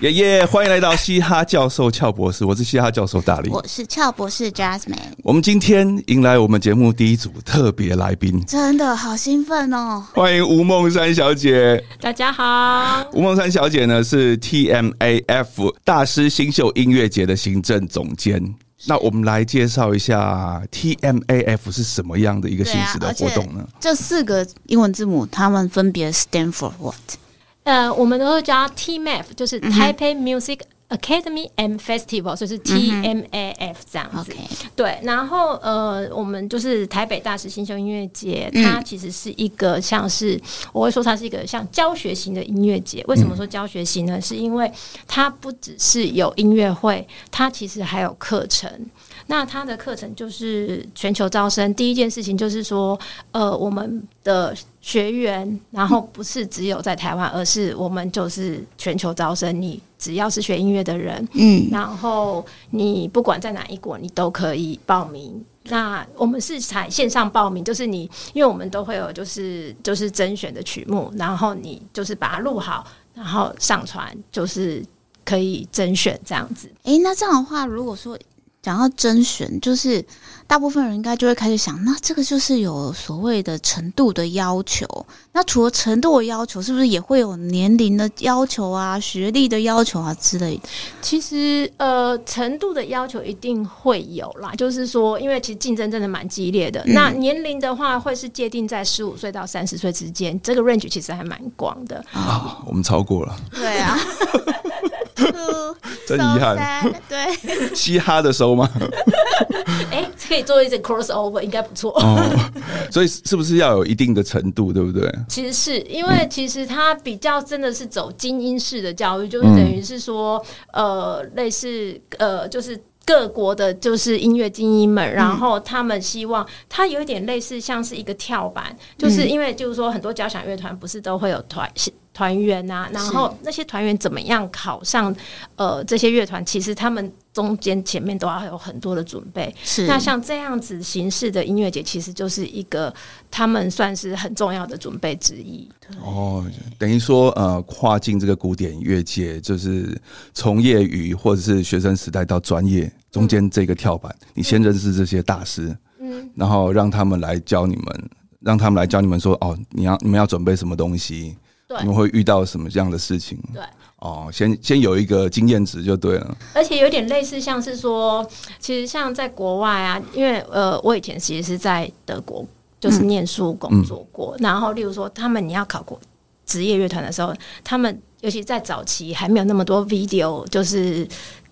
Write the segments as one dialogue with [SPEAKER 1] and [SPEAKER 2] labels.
[SPEAKER 1] 耶耶！欢迎来到嘻哈教授俏博士，我是嘻哈教授大力。
[SPEAKER 2] 我是俏博士 Jasmine，
[SPEAKER 1] 我们今天迎来我们节目第一组特别来宾，
[SPEAKER 2] 真的好兴奋哦！
[SPEAKER 1] 欢迎吴梦珊小姐。
[SPEAKER 3] 大家好，
[SPEAKER 1] 吴梦珊小姐呢是 TMAF 大师新秀音乐节的行政总监。那我们来介绍一下 TMAF 是什么样的一个形式的活动呢？
[SPEAKER 2] 啊这四个英文字母，它们分别 stand for what？
[SPEAKER 3] 呃，我们都会叫 TMAF，就是 Taipei Music Academy and Festival，就是 TMAF 这样子。
[SPEAKER 2] OK
[SPEAKER 3] 对，然后呃，我们就是台北大师新秀音乐节，它其实是一个像是我会说它是一个像教学型的音乐节。为什么说教学型呢？是因为它不只是有音乐会，它其实还有课程。那它的课程就是全球招生，第一件事情就是说，呃，我们的学员，然后不是只有在台湾，而是我们就是全球招生。你只要是学音乐的人，
[SPEAKER 2] 嗯，
[SPEAKER 3] 然后你不管在哪一国，你都可以报名。那我们是采线上报名，就是你，因为我们都会有就是就是甄选的曲目，然后你就是把它录好，然后上传，就是可以甄选这样子。
[SPEAKER 2] 诶，那这样的话，如果说讲到甄选，就是大部分人应该就会开始想，那这个就是有所谓的程度的要求。那除了程度的要求，是不是也会有年龄的要求啊、学历的要求啊之类的？
[SPEAKER 3] 其实呃，程度的要求一定会有啦，就是说，因为其实竞争真的蛮激烈的。那年龄的话，会是界定在十五岁到三十岁之间，这个 range 其实还蛮广的。
[SPEAKER 1] 啊，我们超过了，
[SPEAKER 2] 对 啊，
[SPEAKER 1] 真遗憾。
[SPEAKER 2] sad，对。
[SPEAKER 1] 嘻哈的时候吗？
[SPEAKER 3] 哎、可以做一些 crossover，应该不错。
[SPEAKER 1] 哦，所以是不是要有一定的程度，对不对？
[SPEAKER 3] 其实是因为其实它比较真的是走精英式的教育，就是等于是说，呃，类似呃，就是。各国的就是音乐精英们，然后他们希望它有一点类似像是一个跳板，就是因为就是说很多交响乐团不是都会有团团员啊，然后那些团员怎么样考上呃这些乐团，其实他们中间前面都要有很多的准备，
[SPEAKER 2] 是
[SPEAKER 3] 那像这样子形式的音乐节，其实就是一个他们算是很重要的准备之一。
[SPEAKER 1] 哦，等于说呃，跨进这个古典乐界，就是从业余或者是学生时代到专业中间这个跳板，你先认识这些大师，
[SPEAKER 3] 嗯，
[SPEAKER 1] 然后让他们来教你们，让他们来教你们说哦，你要你们要准备什么东西，
[SPEAKER 3] 对
[SPEAKER 1] 你们会遇到什么样的事情，
[SPEAKER 3] 对，
[SPEAKER 1] 哦，先先有一个经验值就对了，
[SPEAKER 3] 而且有点类似，像是说，其实像在国外啊，因为呃，我以前其实是在德国，就是念书工作过。然后，例如说，他们你要考过职业乐团的时候，他们尤其在早期还没有那么多 video，就是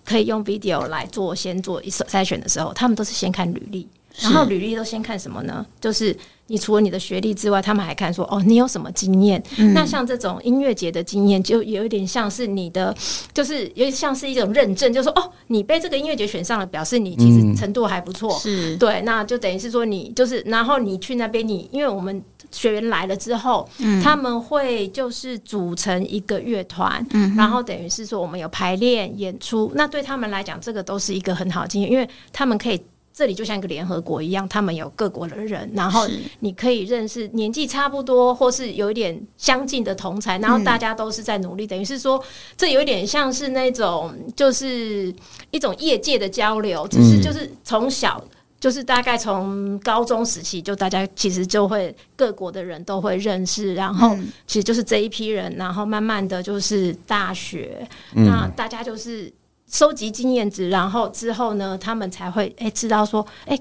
[SPEAKER 3] 可以用 video 来做先做一手筛选的时候，他们都是先看履历。然后履历都先看什么呢？就是你除了你的学历之外，他们还看说哦，你有什么经验？那像这种音乐节的经验，就有一点像是你的，就是有点像是一种认证，就是说哦，你被这个音乐节选上了，表示你其实程度还不错。
[SPEAKER 2] 是
[SPEAKER 3] 对，那就等于是说你就是，然后你去那边你，因为我们学员来了之后，
[SPEAKER 2] 嗯
[SPEAKER 3] 他们会就是组成一个乐团，然后等于是说我们有排练演出，那对他们来讲，这个都是一个很好的经验，因为他们可以。这里就像一个联合国一样，他们有各国的人，然后
[SPEAKER 2] 是
[SPEAKER 3] 你可以认识年纪差不多或是有一点相近的同才，然后大家都是在努力，等于是说这有一点像是那种就是一种业界的交流，只是就是从小。就是大概从高中时期，就大家其实就会各国的人都会认识，然后其实就是这一批人，然后慢慢的就是大学，那大家就是收集经验值，然后之后呢，他们才会哎、知道说哎、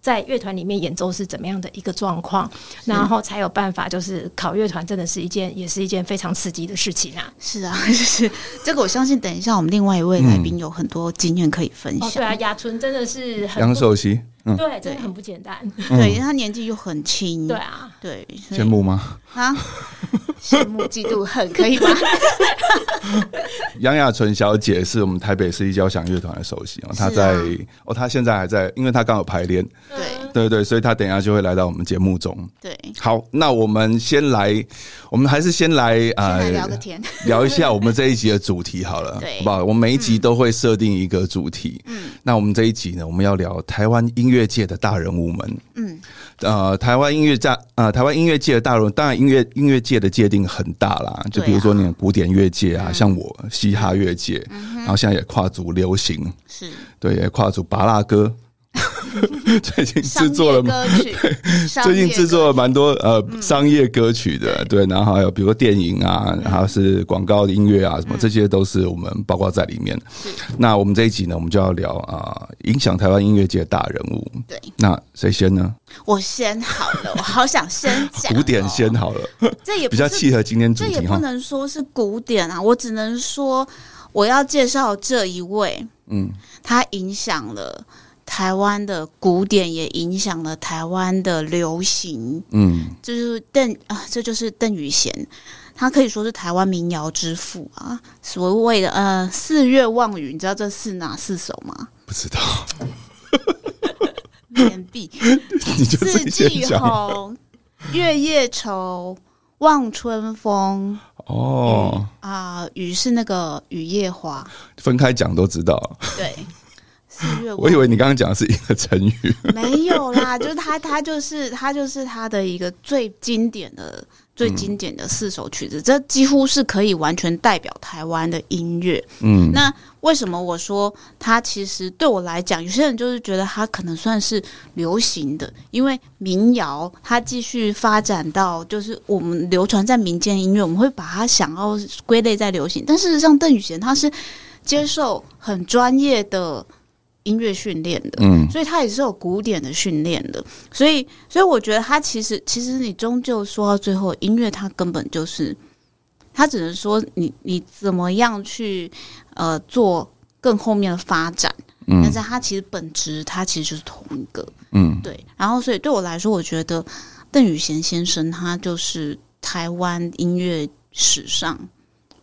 [SPEAKER 3] 在乐团里面演奏是怎么样的一个状况，然后才有办法就是考乐团，真的是一件也是一件非常刺激的事情啊！
[SPEAKER 2] 是啊， 就是这个，我相信等一下我们另外一
[SPEAKER 1] 嗯
[SPEAKER 2] 位来宾有很多经验可以分
[SPEAKER 3] 哦，对
[SPEAKER 2] 享。
[SPEAKER 3] 啊，雅纯真的是很
[SPEAKER 1] 杨
[SPEAKER 3] 不
[SPEAKER 1] 首席，嗯，
[SPEAKER 3] 对，真的很不简单，
[SPEAKER 2] 对，因为他年纪又很轻，
[SPEAKER 3] 对啊。
[SPEAKER 2] 对，所以
[SPEAKER 1] 羡慕吗？
[SPEAKER 2] 啊，羡慕嫉妒恨，可以吗？
[SPEAKER 1] 杨雅纯小姐是我们台北市立交响乐团的首席哦，她
[SPEAKER 2] 是啊
[SPEAKER 1] 在哦，她现在还在，因为她刚好排练，
[SPEAKER 2] 对
[SPEAKER 1] 对对，所以她等一下就会来到我们节目中。
[SPEAKER 2] 对，
[SPEAKER 1] 好，那我们先来，我们还是先来
[SPEAKER 2] 先
[SPEAKER 1] 呃
[SPEAKER 2] 来聊个 天。
[SPEAKER 1] 聊一下我们这一集的主题好了，
[SPEAKER 2] 对
[SPEAKER 1] 好不好？我们每一集都会设定一个主题，嗯，那我们这一集呢，我们要聊台湾音乐界的大人物们，
[SPEAKER 2] 嗯，
[SPEAKER 1] 呃，台湾音乐家，
[SPEAKER 2] 啊
[SPEAKER 1] 呃，台湾音乐界的大人物，当然音乐音乐界的界定很大啦，就比如说你的古典乐界
[SPEAKER 2] 嗯
[SPEAKER 1] 啊，像我嘻哈乐界，然后现在也跨足流行，
[SPEAKER 2] 是
[SPEAKER 1] 对，也跨足拔拉 歌。最近
[SPEAKER 2] 商
[SPEAKER 1] 制
[SPEAKER 2] 业
[SPEAKER 1] 作了
[SPEAKER 2] 歌曲， 商
[SPEAKER 1] 最近
[SPEAKER 2] 业
[SPEAKER 1] 制作
[SPEAKER 2] 歌嗯
[SPEAKER 1] 了蛮多呃商业歌曲的，对，然后还有比如说电影啊，还有是广告的音乐啊，什
[SPEAKER 2] 嗯
[SPEAKER 1] 么这些都是我们包括在里面。那我们这一集呢，我们就要聊啊、影响台湾音乐界的大人物。
[SPEAKER 2] 对，
[SPEAKER 1] 那谁先呢？
[SPEAKER 2] 我先好了，我好想先 讲、哦
[SPEAKER 1] 古典先，好了，
[SPEAKER 2] 这也不
[SPEAKER 1] 比较
[SPEAKER 2] 是
[SPEAKER 1] 契合今天主
[SPEAKER 2] 这也
[SPEAKER 1] 题
[SPEAKER 2] 不
[SPEAKER 1] 哈。
[SPEAKER 2] 能说是古典啊，我只能说我要介绍这一位，
[SPEAKER 1] 嗯，
[SPEAKER 2] 他影响了台湾的古典，也影响了台湾的流行，
[SPEAKER 1] 嗯，
[SPEAKER 2] 就是邓啊，这就是邓宇贤。他可以说是台湾民谣之父啊，所谓的呃四月望雨，你知道这是哪四首 吗？
[SPEAKER 1] 不 知道，
[SPEAKER 2] 面壁、
[SPEAKER 1] 你就自
[SPEAKER 2] 四
[SPEAKER 1] 己
[SPEAKER 2] 季
[SPEAKER 1] 先讲
[SPEAKER 2] 红、月夜愁、望春风
[SPEAKER 1] 哦，
[SPEAKER 2] 啊、雨是那个雨夜花，
[SPEAKER 1] 分开讲都知道。
[SPEAKER 2] 对，四月
[SPEAKER 1] 我以为你刚刚讲的是一个成语。
[SPEAKER 2] 没有啦，就是他，他就是他，就是他的一个最经典的、最经典的四首曲子，这几乎是可以完全代表台湾的音乐。
[SPEAKER 1] 嗯，
[SPEAKER 2] 那为什么我说他其实对我来讲，有些人就是觉得他可能算是流行的，因为民谣它继续发展到就是我们流传在民间音乐，我们会把它想要归类在流行，但事实上邓宇贤他是接受很专业的音乐训练的，
[SPEAKER 1] 嗯
[SPEAKER 2] 所以他也是有古典的训练的，所以所以我觉得他其实其实你终究说到最后，音乐它根本就是，它只能说你你怎么样去呃做更后面的发展，但
[SPEAKER 1] 嗯
[SPEAKER 2] 是它其实本质它其实就是同一个
[SPEAKER 1] 嗯，
[SPEAKER 2] 对，然后所以对我来说，我觉得邓宇贤先生他就是台湾音乐史上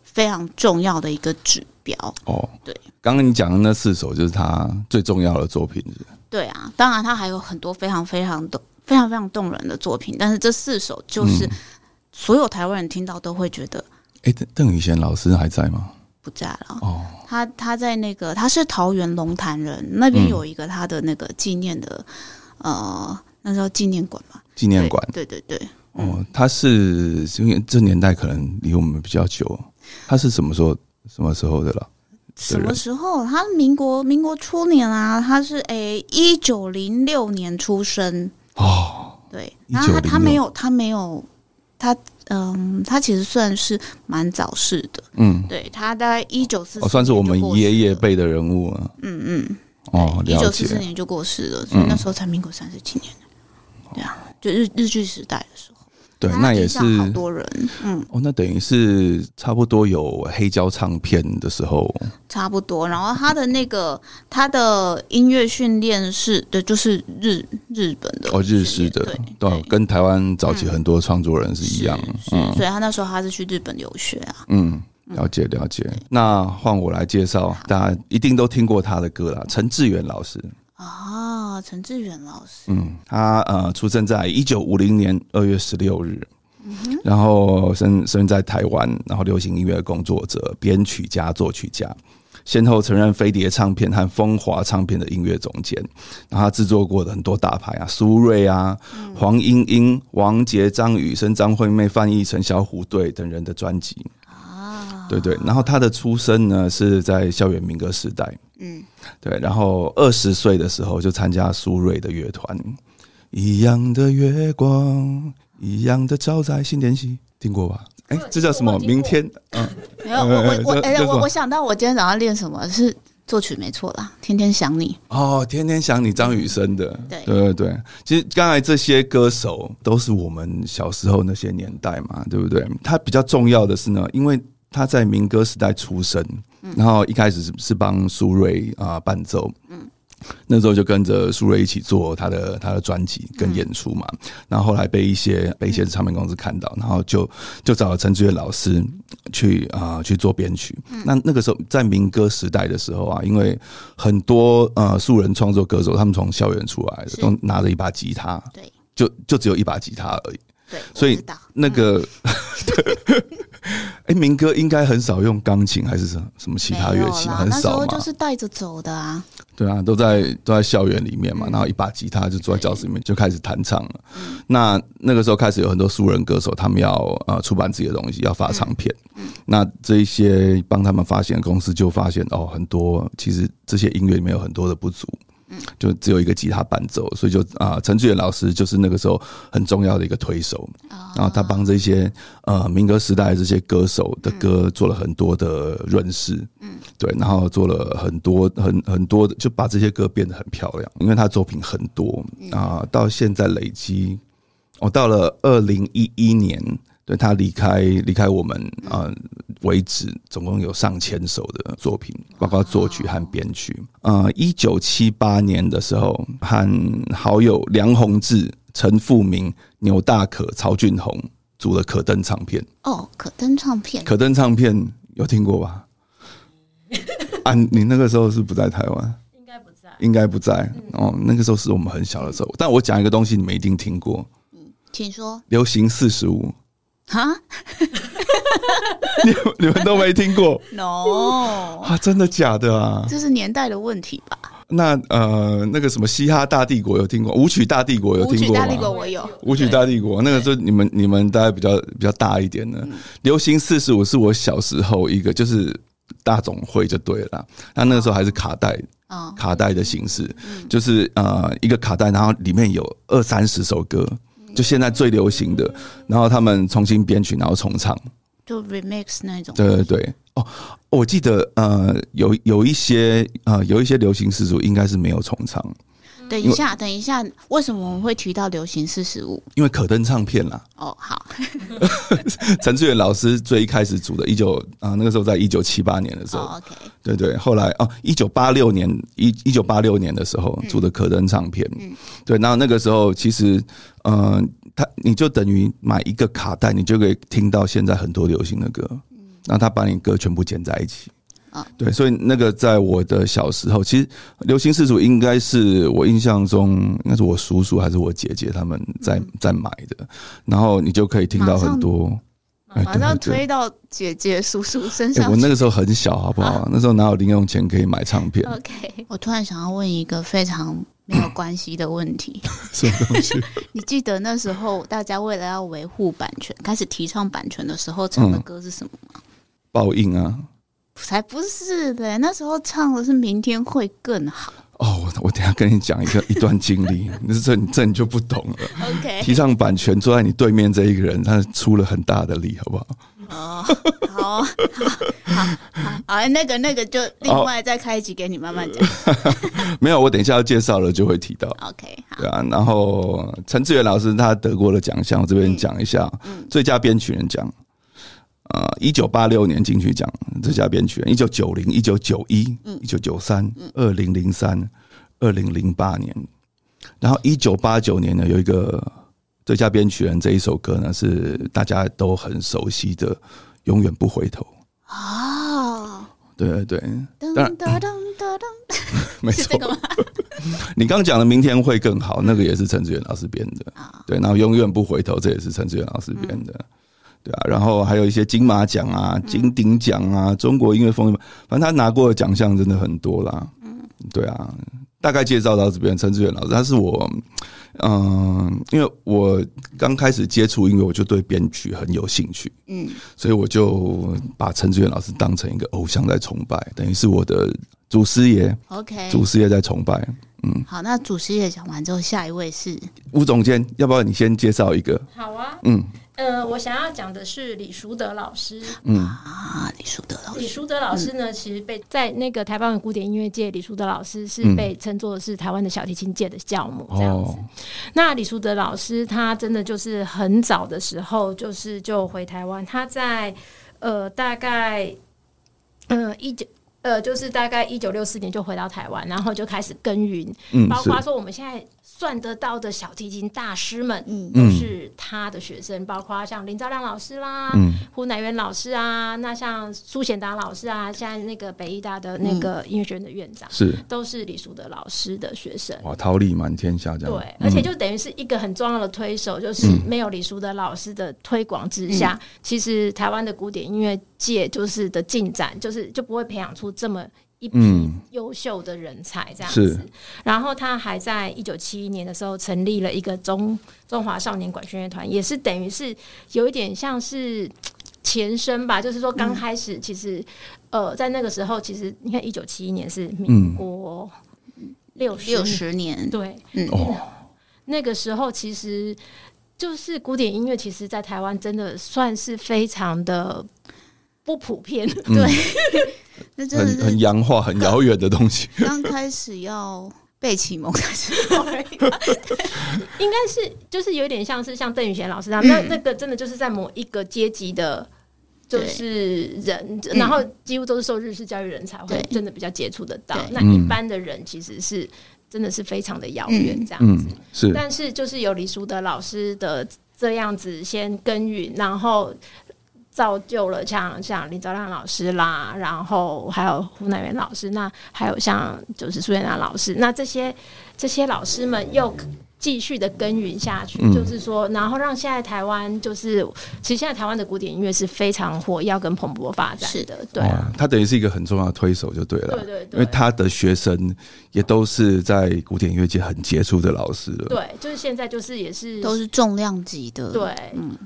[SPEAKER 2] 非常重要的一个指标。
[SPEAKER 1] 哦，
[SPEAKER 2] 对，
[SPEAKER 1] 刚刚你讲的那四首就是他最重要的作品，是不是
[SPEAKER 2] 对啊，当然他还有很多非常非常动、非常非常动人的作品，但是这四首
[SPEAKER 1] 嗯
[SPEAKER 2] 就是所有台湾人听到都会觉得
[SPEAKER 1] 哎，邓邓宇贤老师还在吗？
[SPEAKER 2] 不在了。
[SPEAKER 1] 哦，
[SPEAKER 2] 他他在那个他是桃园龙潭人那边
[SPEAKER 1] 嗯
[SPEAKER 2] 有一个他的那个纪念的，呃，那叫纪念馆吧？
[SPEAKER 1] 纪念馆。
[SPEAKER 2] 对嗯对对对，
[SPEAKER 1] 哦，他是因为这年代可能离我们比较久，他是什么时候什么时候的了？
[SPEAKER 2] 什么时候？他民国民国初年啊，他是诶一九零六年出生。
[SPEAKER 1] 哦，
[SPEAKER 2] 对，然后
[SPEAKER 1] 1906
[SPEAKER 2] 他他没有他没有他嗯，他其实算是蛮早逝的。
[SPEAKER 1] 嗯，
[SPEAKER 2] 对他大概一九四，
[SPEAKER 1] 哦，算是我们爷爷，辈的人物啊。
[SPEAKER 2] 嗯嗯，
[SPEAKER 1] 哦，
[SPEAKER 2] 一
[SPEAKER 1] 了
[SPEAKER 2] 九四四
[SPEAKER 1] 解。嗯
[SPEAKER 2] 年就过世了，所以那时候才民国三十七年，对啊，就日日据时代的时候，
[SPEAKER 1] 对，
[SPEAKER 2] 他
[SPEAKER 1] 那也
[SPEAKER 2] 影
[SPEAKER 1] 是
[SPEAKER 2] 响好多人，嗯，
[SPEAKER 1] 哦，那等于是差不多有黑胶唱片的时候。
[SPEAKER 2] 差不多。然后他的那个他的音乐训练是，对，就是日日本的
[SPEAKER 1] 哦，日
[SPEAKER 2] 训
[SPEAKER 1] 式
[SPEAKER 2] 练
[SPEAKER 1] 的
[SPEAKER 2] 对，嗯
[SPEAKER 1] 对，啊跟台湾早期很多创作人是一样，
[SPEAKER 2] 是
[SPEAKER 1] 嗯
[SPEAKER 2] 所以他那时候他是去日本留学啊，
[SPEAKER 1] 嗯，了解了解。那换我来介绍，大家一定都听过他的歌啦，陈志远老师，
[SPEAKER 2] 啊，陈志远老师，
[SPEAKER 1] 嗯，他呃出生在一九五零年二月十六日，然后生生在台湾，然后流行音乐工作者、编曲家、作曲家。先后曾任飞碟唱片和风华唱片的音乐总监，然后他制作过的很多大牌啊，苏芮啊、黄莺莺、王杰、张雨生、张惠妹、范逸臣、小虎队等人的专辑。
[SPEAKER 2] 啊
[SPEAKER 1] 对对，然后他的出生呢是在校园民歌时代，
[SPEAKER 2] 嗯，
[SPEAKER 1] 对，然后二十岁的时候就参加苏芮的乐团，《一样的月光》，一样的照在新联系，听过吧？哎，这叫什么？
[SPEAKER 3] 哦听过
[SPEAKER 1] 明天，嗯，
[SPEAKER 2] 没有，我我我，
[SPEAKER 1] 这这
[SPEAKER 2] 哎，
[SPEAKER 1] 什么
[SPEAKER 2] 我我想到我今天早上练什么是作曲没错啦，天天想你，
[SPEAKER 1] 哦，天天想你，张雨生的，
[SPEAKER 2] 对
[SPEAKER 1] 对对啊对。其实刚才这些歌手都是我们小时候那些年代嘛，对不对？他比较重要的是呢，因为他在民歌时代出生，然后一开始是是帮苏芮啊、伴奏，嗯。那时候就跟着苏芮一起做他的他的专辑跟演出嘛，然后后来被一些被一些唱片公司看到，
[SPEAKER 2] 嗯
[SPEAKER 1] 然后就就找了陈志远老师去啊、去做编曲。
[SPEAKER 2] 嗯
[SPEAKER 1] 那那个时候在民歌时代的时候啊，因为很多呃素人创作歌手，他们从校园出来的，
[SPEAKER 2] 是
[SPEAKER 1] 都拿着一把吉他，
[SPEAKER 2] 对
[SPEAKER 1] 就就只有一把吉他而已。
[SPEAKER 2] 对，
[SPEAKER 1] 所以
[SPEAKER 2] 我知道
[SPEAKER 1] 那个，哎，民歌应该很少用钢琴还是什么什么其他
[SPEAKER 2] 没
[SPEAKER 1] 乐
[SPEAKER 2] 有
[SPEAKER 1] 器，
[SPEAKER 2] 啦
[SPEAKER 1] 很
[SPEAKER 2] 那时
[SPEAKER 1] 少嘛。
[SPEAKER 2] 候就是带着走的啊。
[SPEAKER 1] 对啊，都在都在校园里面嘛，然后一把吉他就坐在教室里面就开始弹唱了。那那个时候开始有很多素人歌手，他们要呃出版自己的东西，要发唱片。那这一些帮他们发行的公司就发现哦，很多其实这些音乐里面有很多的不足。就只有一个吉他伴奏，所以就啊，陈、志远老师就是那个时候很重要的一个推手，然后他帮这些呃民歌时代的这些歌手的歌做了很多的润饰，嗯，对，然后做了很多很很多的，就把这些歌变得很漂亮，因为他作品很多啊、到现在累积，我、到了二零一一年。对他离开离开我们啊、呃为止，总共有上千首的作品，包括作曲和编曲。呃，一九七八年的时候，和好友梁鸿志、陈富明、牛大可、曹俊宏组了可登唱片。
[SPEAKER 2] 哦，可登唱片
[SPEAKER 1] 可登唱片有听过吧？
[SPEAKER 2] 嗯
[SPEAKER 1] 啊，你那个时候是不在台湾？
[SPEAKER 3] 应该不在。
[SPEAKER 1] 应该不在
[SPEAKER 2] 嗯
[SPEAKER 1] 哦。那个时候是我们很小的时候，但我讲一个东西，你们一定听过，《
[SPEAKER 2] 请说
[SPEAKER 1] 流行四十五
[SPEAKER 2] 哈》，
[SPEAKER 1] 你们都没听 过
[SPEAKER 2] ？No，
[SPEAKER 1] 啊？真的假的啊？
[SPEAKER 2] 这是年代的问题吧？
[SPEAKER 1] 那呃，那个什么嘻哈大帝国有听过，舞曲大帝国有
[SPEAKER 2] 舞
[SPEAKER 1] 听
[SPEAKER 2] 曲
[SPEAKER 1] 过啊
[SPEAKER 2] 大帝国
[SPEAKER 1] 吗？
[SPEAKER 2] 我有，
[SPEAKER 1] 舞曲大帝国那个时候，你们你们大概比较比较大一点的，流行四十五是我小时候一个就是大总会就对了啦，那那个时候还是卡带
[SPEAKER 2] 嗯，
[SPEAKER 1] 卡带的形式，就是呃一个卡带，然后里面有二三十首歌，就现在最流行的，然后他们重新编曲，然后重唱，
[SPEAKER 2] 就 remix 那种。
[SPEAKER 1] 对对对，哦，我记得呃有有一些呃有一些流行四十五应该是没有重唱。
[SPEAKER 2] 等一下，等一下，为什么我们会提到流行四十五？
[SPEAKER 1] 因为可登唱片啦，
[SPEAKER 2] 哦， 好，
[SPEAKER 1] 陈志远老师最一开始组的，一九啊那个时候在一九七八年的时候，
[SPEAKER 2] 哦，OK，
[SPEAKER 1] 对对，后来哦一九八六年一一九八六年的时
[SPEAKER 2] 嗯
[SPEAKER 1] 候组的可登唱片，对，那那个时候其实呃，他你就等于买一个卡带，你就可以听到现在很多流行的歌，
[SPEAKER 2] 嗯
[SPEAKER 1] 那他把你歌全部剪在一起
[SPEAKER 2] 哦。
[SPEAKER 1] 对，所以那个在我的小时候，其实流行四组应该是我印象中，应该是我叔叔还是我姐姐他们在
[SPEAKER 2] 嗯
[SPEAKER 1] 在买的，然后你就可以听到很多。哎
[SPEAKER 2] 马
[SPEAKER 1] 对对
[SPEAKER 2] 上。
[SPEAKER 1] 对
[SPEAKER 2] 推到姐姐叔叔 身
[SPEAKER 1] 哎、
[SPEAKER 2] 上
[SPEAKER 1] 我
[SPEAKER 2] 去。
[SPEAKER 1] 那个时候很小，好不好？那时候哪有零用钱可以买唱片？
[SPEAKER 3] OK，
[SPEAKER 2] 我突然想要问一个非常没有关系的问 题。
[SPEAKER 1] 什么东西？
[SPEAKER 2] 你记得那时候大家为了要维护版权，开始提倡版权的时候唱的
[SPEAKER 1] 嗯
[SPEAKER 2] 歌是什么吗？
[SPEAKER 1] 报应啊！
[SPEAKER 2] 才不是的，那时候唱的是《明天会更好
[SPEAKER 1] 哦，我我等一下跟你讲一个一段经历， 那这你这你就不懂了。》。
[SPEAKER 2] OK，
[SPEAKER 1] 提倡版权，坐在你对面这一个人，他出了很大的力，好不好？
[SPEAKER 2] 哦，好，好，好，好，那个那个就另外再开一集给你慢慢讲。
[SPEAKER 1] 没有，我等一下要介绍了就会提到。
[SPEAKER 2] OK，好，
[SPEAKER 1] 对啊，然后陈志远老师他得过了奖项，我这边讲一下、最佳编曲人奖。呃，一九八六年金曲奖最佳编曲人，一九九零、一九九一、一九九三、二零零三、二零零八年，然后一九八九年呢有一个最佳编曲人这一首歌呢是大家都很熟悉的《永远不回头》。
[SPEAKER 2] 哦，
[SPEAKER 1] 对对对，当
[SPEAKER 2] 噔
[SPEAKER 1] 然
[SPEAKER 2] 噔噔噔噔，
[SPEAKER 1] 没
[SPEAKER 2] 是
[SPEAKER 1] 错
[SPEAKER 2] 这个。吗？
[SPEAKER 1] 你刚讲的明天会更好，那个也是陈志远老师编的，对，然后永远不回头，这也是陈志远老师编的，对啊，然后还有一些金马奖啊、金鼎奖啊、中国音乐风云，反正他拿过的奖项真的很多啦，对啊，大概介绍到这边，陈志远老师，他是我，嗯、因为我刚开始接触音乐，我就对编曲很有兴趣，
[SPEAKER 2] 嗯，
[SPEAKER 1] 所以我就把陈志远老师当成一个偶像在崇拜，等于是我的祖师爷，
[SPEAKER 2] OK，
[SPEAKER 1] 祖师爷在崇拜。
[SPEAKER 2] 好，那主持也讲完之后，下一位是
[SPEAKER 1] 吴总监，要不要你先介绍一个？
[SPEAKER 3] 好啊。
[SPEAKER 1] 嗯，
[SPEAKER 3] 呃，我想要讲的是李淑德老师。
[SPEAKER 1] 嗯
[SPEAKER 2] 啊，李淑德老
[SPEAKER 3] 李
[SPEAKER 2] 师。
[SPEAKER 3] 淑德老师呢，其实被在那个台湾的古典音乐界，李淑德老师是
[SPEAKER 1] 嗯哦
[SPEAKER 3] 被称作是台湾的小提琴界的教母这样子。，那李淑德老师他真的就是很早的时候，就是就回台湾，他在呃大概呃一九。呃，就是大概一九六四年就回到台湾，然后就开始耕耘，
[SPEAKER 1] 嗯，
[SPEAKER 3] 包
[SPEAKER 1] 是
[SPEAKER 3] 括说我们现在算得到的小提琴大师们，
[SPEAKER 2] 嗯
[SPEAKER 3] 都是他的学生，包括像林兆亮老师啦，
[SPEAKER 1] 嗯
[SPEAKER 3] 胡乃元老师啊，那像苏贤达老师啊，现在那个北艺大的那个音乐学院的院长，
[SPEAKER 1] 是
[SPEAKER 3] 都是李淑德老师的学生。
[SPEAKER 1] 哇，桃李满天下这
[SPEAKER 3] 对
[SPEAKER 1] 样，，嗯
[SPEAKER 3] 而且就等于是一个很重要的推手，就是没有李叔德老师的推广之下，
[SPEAKER 1] 嗯
[SPEAKER 3] 其实台湾的古典音乐界就是的进展，就是就不会培养出这么一批
[SPEAKER 1] 嗯
[SPEAKER 3] 优秀的人才这样
[SPEAKER 1] 是
[SPEAKER 3] 子。然后他还在一九七一年的时候成立了一个中中华少年管弦乐团，也是等于是有一点像是。前身吧，就是说刚开始，其实，呃，在那个时候，其实你看，一九七一年是民
[SPEAKER 1] 嗯
[SPEAKER 3] 国六十
[SPEAKER 2] 六十年，
[SPEAKER 3] 对，
[SPEAKER 2] 嗯，
[SPEAKER 1] 哦，
[SPEAKER 3] 那个时候其实就是古典音乐，其实在台湾真的算是非常的不普遍。
[SPEAKER 2] 那
[SPEAKER 1] 嗯
[SPEAKER 2] 真
[SPEAKER 1] 很
[SPEAKER 2] 的
[SPEAKER 1] 很
[SPEAKER 2] 是
[SPEAKER 1] 洋化、很遥远的东西，
[SPEAKER 2] 刚开始要被启蒙开始，
[SPEAKER 3] 应该是就是有点像是像邓宇贤老师这
[SPEAKER 2] 嗯
[SPEAKER 3] 样，那、那个真的就是在某一个阶级的。就
[SPEAKER 2] 对
[SPEAKER 3] 是人，
[SPEAKER 2] 嗯
[SPEAKER 3] 然后几乎都是受日式教育人才会
[SPEAKER 2] 对
[SPEAKER 3] 真的比较接触得到
[SPEAKER 2] 对。
[SPEAKER 3] 那
[SPEAKER 1] 嗯
[SPEAKER 3] 一般的人其实是真的是非常的遥远这样子。
[SPEAKER 1] 嗯，是
[SPEAKER 3] 但是就是有李淑德老师的这样子先耕耘，然后造就了像像林兆亮老师啦，然后还有胡乃元老师，那还有像就是苏元南老师，那这些这些老师们又。继续的耕耘下去，
[SPEAKER 1] 嗯
[SPEAKER 3] 就是说，然后让现在台湾就是，其实现在台湾的古典音乐是非常火药跟蓬勃发展
[SPEAKER 2] 是
[SPEAKER 3] 的，对啊，
[SPEAKER 1] 哇，他等于是一个很重要的推手就对了，
[SPEAKER 3] 对对
[SPEAKER 1] 因
[SPEAKER 3] 对
[SPEAKER 1] 为他的学生也都是在古典音乐界很杰出的老师了，
[SPEAKER 3] 对，就是现在就是也是
[SPEAKER 2] 都是重量级的，
[SPEAKER 3] 对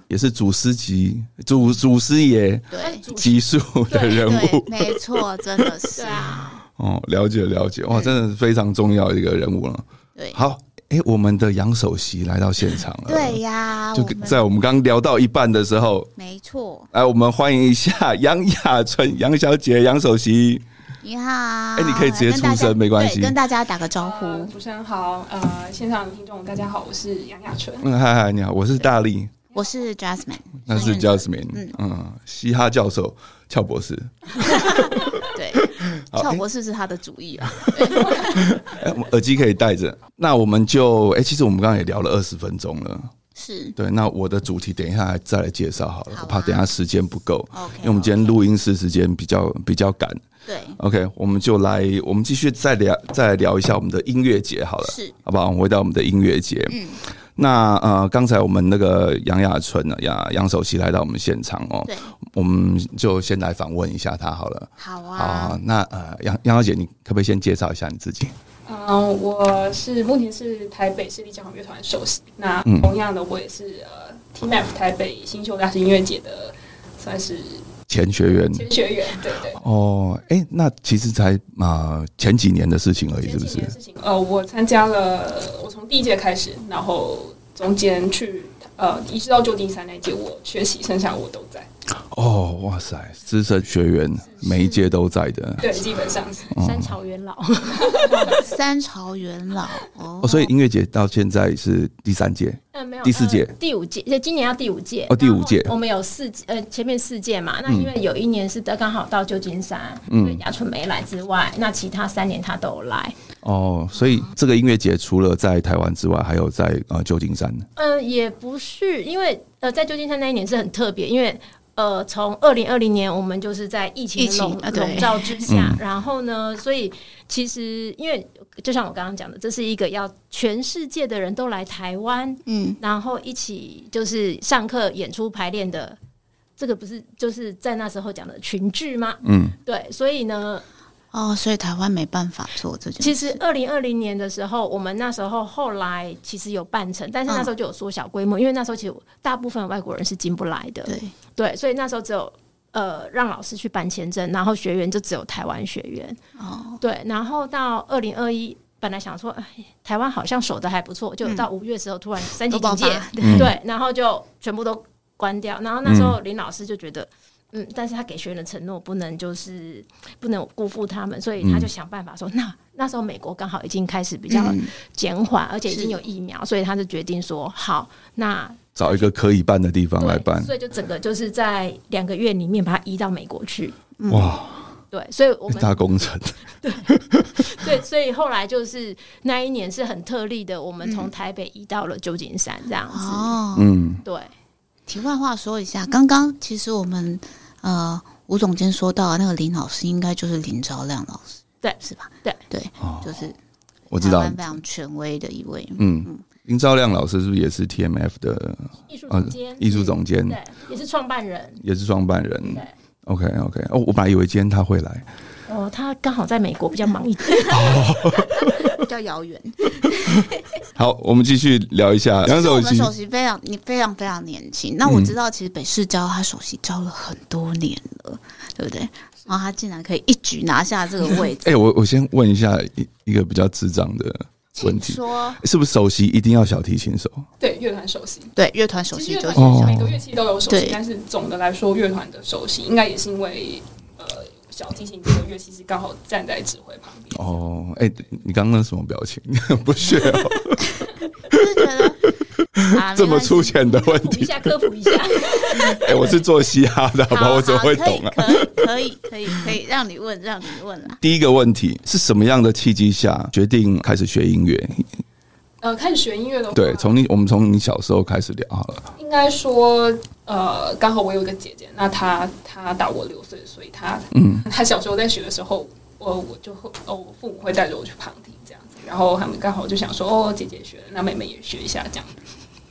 [SPEAKER 1] 也是祖师级、祖祖师爷
[SPEAKER 3] 哎
[SPEAKER 2] 对
[SPEAKER 3] 主
[SPEAKER 1] 级数的人
[SPEAKER 2] 对
[SPEAKER 1] 物，。
[SPEAKER 2] 没错，真的是
[SPEAKER 3] 对，啊，
[SPEAKER 1] 哦，了解了解，哇，真的是非常重要的一个人物了。
[SPEAKER 2] 对
[SPEAKER 1] 好，哎、我们的杨首席来到现场了，
[SPEAKER 2] 对，呀，
[SPEAKER 1] 呃就
[SPEAKER 2] 啊我们
[SPEAKER 1] 在我们刚聊到一半的时候，
[SPEAKER 2] 没错，
[SPEAKER 1] 来，我们欢迎一下 杨雅纯、杨小姐、杨首席。
[SPEAKER 2] 你好，哎
[SPEAKER 1] 你可以直接出声没关系
[SPEAKER 2] 跟大家打个招呼，
[SPEAKER 4] 呃主持人好，呃，现场的听众大家好，我是杨雅纯。
[SPEAKER 1] 嗯，嗨嗨，你好，我是大力，
[SPEAKER 2] 我是 Jasmine，
[SPEAKER 1] 那是
[SPEAKER 2] 孙
[SPEAKER 1] Jasmine，嗯嘻哈教授俏博士。
[SPEAKER 2] 对，
[SPEAKER 1] 好
[SPEAKER 2] 俏博士是他的主意啊，
[SPEAKER 1] 哎、我们耳机可以戴着。那我们就，哎、其实我们刚刚也聊了二十分钟了。
[SPEAKER 2] 是
[SPEAKER 1] 对，那我的主题等一下再来介绍好了，
[SPEAKER 2] 好啊啊
[SPEAKER 1] 我怕等一下时间不够，
[SPEAKER 2] OK，
[SPEAKER 1] 因为我们今天录音室时间比较比较赶。
[SPEAKER 2] 对，
[SPEAKER 1] OK，我们就来，我们继续再聊，再来聊一下我们的音乐节好了，
[SPEAKER 2] 是
[SPEAKER 1] 好不好？我们回到我们的音乐节。嗯，那呃，刚才我们那个杨雅纯啊，杨杨首席来到我们现场哦，
[SPEAKER 2] 对，
[SPEAKER 1] 我们就先来访问一下他好了。
[SPEAKER 2] 好
[SPEAKER 1] 好好，好
[SPEAKER 2] 啊，
[SPEAKER 1] 那呃，杨杨小姐，你可不可以先介绍一下你自己？
[SPEAKER 4] 嗯、我是目前是台北市立交响乐团首席。那
[SPEAKER 1] 嗯
[SPEAKER 4] 同样的，我也是呃 TMF 台北新秀大师音乐节的算是
[SPEAKER 1] 钱学员。
[SPEAKER 4] 前学员，对对。
[SPEAKER 1] 哦，哎、那其实才啊、呃前几年的事情而已，
[SPEAKER 4] 前
[SPEAKER 1] 是不
[SPEAKER 4] 几
[SPEAKER 1] 是
[SPEAKER 4] 年？的事情，呃，我参加了，我从第一届开始，然后中间去呃一直到就第三那一届，我缺席，剩下我都在。
[SPEAKER 1] 哦，哇塞，资深学员每一届都在的。
[SPEAKER 4] 对，基本上是
[SPEAKER 1] 哦
[SPEAKER 3] 三朝元老，
[SPEAKER 2] 哦三朝元老哦
[SPEAKER 1] 哦，，所以音乐节到现在是第三届，
[SPEAKER 3] 嗯，没有
[SPEAKER 1] 第四届
[SPEAKER 3] 呃第五届，呃今年要第五届
[SPEAKER 1] 哦第五届嗯
[SPEAKER 3] 然后我们有四届呃，前面四届嘛，那因为有一年是刚好到旧金山，所以雅纯没来之外，那其他三年他都有来。
[SPEAKER 1] 哦，所以这个音乐节除了在台湾之外，还有在呃旧金山。
[SPEAKER 3] 嗯、也不是，因为呃，在旧金山那一年是很特别，因为。呃，从二零二零年，我们就是在疫情
[SPEAKER 2] 疫
[SPEAKER 3] 的
[SPEAKER 2] 情
[SPEAKER 3] 笼
[SPEAKER 2] 啊对
[SPEAKER 3] 笼罩之下，
[SPEAKER 1] 嗯
[SPEAKER 3] 然后呢，所以其实因为就像我刚刚讲的，这是一个要全世界的人都来台湾，
[SPEAKER 2] 嗯，
[SPEAKER 3] 然后一起就是上课、演出、排练的，这个不是就是在那时候讲的群聚吗？
[SPEAKER 1] 嗯，
[SPEAKER 3] 对，所以呢，
[SPEAKER 2] 哦，所以台湾没办法做这件事，
[SPEAKER 3] 其实二零二零年的时候，我们那时候后来其实有办成，但是那时候就有缩小规模，因为那时候其实大部分外国人是进不来的，
[SPEAKER 2] 嗯对，
[SPEAKER 3] 对，所以那时候只有。呃，让老师去办签证，然后学员就只有台湾学员。
[SPEAKER 2] 哦，
[SPEAKER 3] 对，然后到二零二一，本来想说，哎，台湾好像守的还不错，就到五月的时候突然三
[SPEAKER 2] 嗯
[SPEAKER 3] 级
[SPEAKER 2] 都爆
[SPEAKER 3] 警戒，啊
[SPEAKER 2] 发，
[SPEAKER 1] 嗯
[SPEAKER 3] 对，然后就全部都关掉。然后那时候林老师就觉得，嗯，但是他给学员的承诺不能就是不能辜负他们，所以
[SPEAKER 1] 嗯
[SPEAKER 3] 他就想办法说，那那时候美国刚好已经开始比较
[SPEAKER 2] 嗯
[SPEAKER 3] 减缓，而且已经
[SPEAKER 2] 是
[SPEAKER 3] 有疫苗，所以他就决定说，好，那
[SPEAKER 1] 找一个可以办的地方来办
[SPEAKER 3] 对，所以就整个就是在两个月里面把它移到美国去。
[SPEAKER 1] 哇！
[SPEAKER 3] 对，所以我们
[SPEAKER 1] 大工程，
[SPEAKER 3] 对，所以后来就是那一年是很特例的，我们从台北移到了旧金山这样子。
[SPEAKER 2] 哦，
[SPEAKER 1] 嗯，
[SPEAKER 3] 对，
[SPEAKER 2] 题外话说一下，刚刚其实我们呃吴总监说到的那个林老师，应该就是林昭亮老师，
[SPEAKER 3] 对
[SPEAKER 2] 是吧？
[SPEAKER 3] 对
[SPEAKER 2] 对，就是
[SPEAKER 1] 哦我知
[SPEAKER 2] 台
[SPEAKER 1] 道
[SPEAKER 2] 湾，非常权威的一位，
[SPEAKER 1] 嗯，林兆亮老师是不是也是 TMF 的
[SPEAKER 3] 艺术
[SPEAKER 1] 呃
[SPEAKER 3] 总监，
[SPEAKER 1] 艺术总监，
[SPEAKER 3] 对，也是创办人。
[SPEAKER 1] 也是创办人
[SPEAKER 3] 对？
[SPEAKER 1] ？OK OK，哦，我本来以为今天他会来，
[SPEAKER 3] 哦，他刚好在美国比较忙一 点。
[SPEAKER 2] 比较遥远。
[SPEAKER 1] 好，我们继续聊一下
[SPEAKER 2] 其
[SPEAKER 1] 杨
[SPEAKER 2] 实我
[SPEAKER 1] 首
[SPEAKER 2] 们
[SPEAKER 1] 席，
[SPEAKER 2] 首席非常你非常非常年轻。那我知道，其实北市交他首席招了很多年了，对不对？然后他竟然可以一举拿下这个位置，
[SPEAKER 1] 哎，我我先问一下一一个比较智障的 问
[SPEAKER 2] 请
[SPEAKER 1] 题，
[SPEAKER 2] 说。
[SPEAKER 1] 是不是首席一定要小提琴手？
[SPEAKER 4] 对乐团首席，
[SPEAKER 2] 对，乐团首
[SPEAKER 4] 其
[SPEAKER 2] 席
[SPEAKER 4] 实乐
[SPEAKER 2] 就是
[SPEAKER 4] 团
[SPEAKER 1] 是
[SPEAKER 4] 首
[SPEAKER 1] 小提
[SPEAKER 4] 席每
[SPEAKER 1] 琴
[SPEAKER 4] 个乐器都有首
[SPEAKER 2] 对
[SPEAKER 4] 席，但是总的来说，乐团的首席应该也是因为呃小提琴这个乐器是刚好站在指挥旁边。
[SPEAKER 1] 哦，哎，你刚刚那什么表情？ 不屑哦，
[SPEAKER 2] 就是觉得啊，
[SPEAKER 1] 这么
[SPEAKER 2] 出
[SPEAKER 1] 粗浅的问
[SPEAKER 3] 科普一
[SPEAKER 1] 题。
[SPEAKER 3] 下，科普一下。
[SPEAKER 1] 哎，我是做嘻哈的，好吧，我怎么会懂啊？
[SPEAKER 2] 可以，可以，可以，可以让你问，让你问啦。
[SPEAKER 1] 第一个问题是什么样的契机下决定开始学音乐？
[SPEAKER 4] 呃，开始学音乐的
[SPEAKER 2] 嗯
[SPEAKER 4] 话，
[SPEAKER 1] 对，从你我们从你小时候开始聊好了。
[SPEAKER 4] 应该说，呃，刚好我有一个姐姐，那她她大我六岁，所以她
[SPEAKER 1] 嗯，
[SPEAKER 4] 她小时候在学的时候，我我就会哦，我父母会带着我去旁听这样子，然后他们刚好就想说，哦，姐姐学了，那妹妹也学一下这样，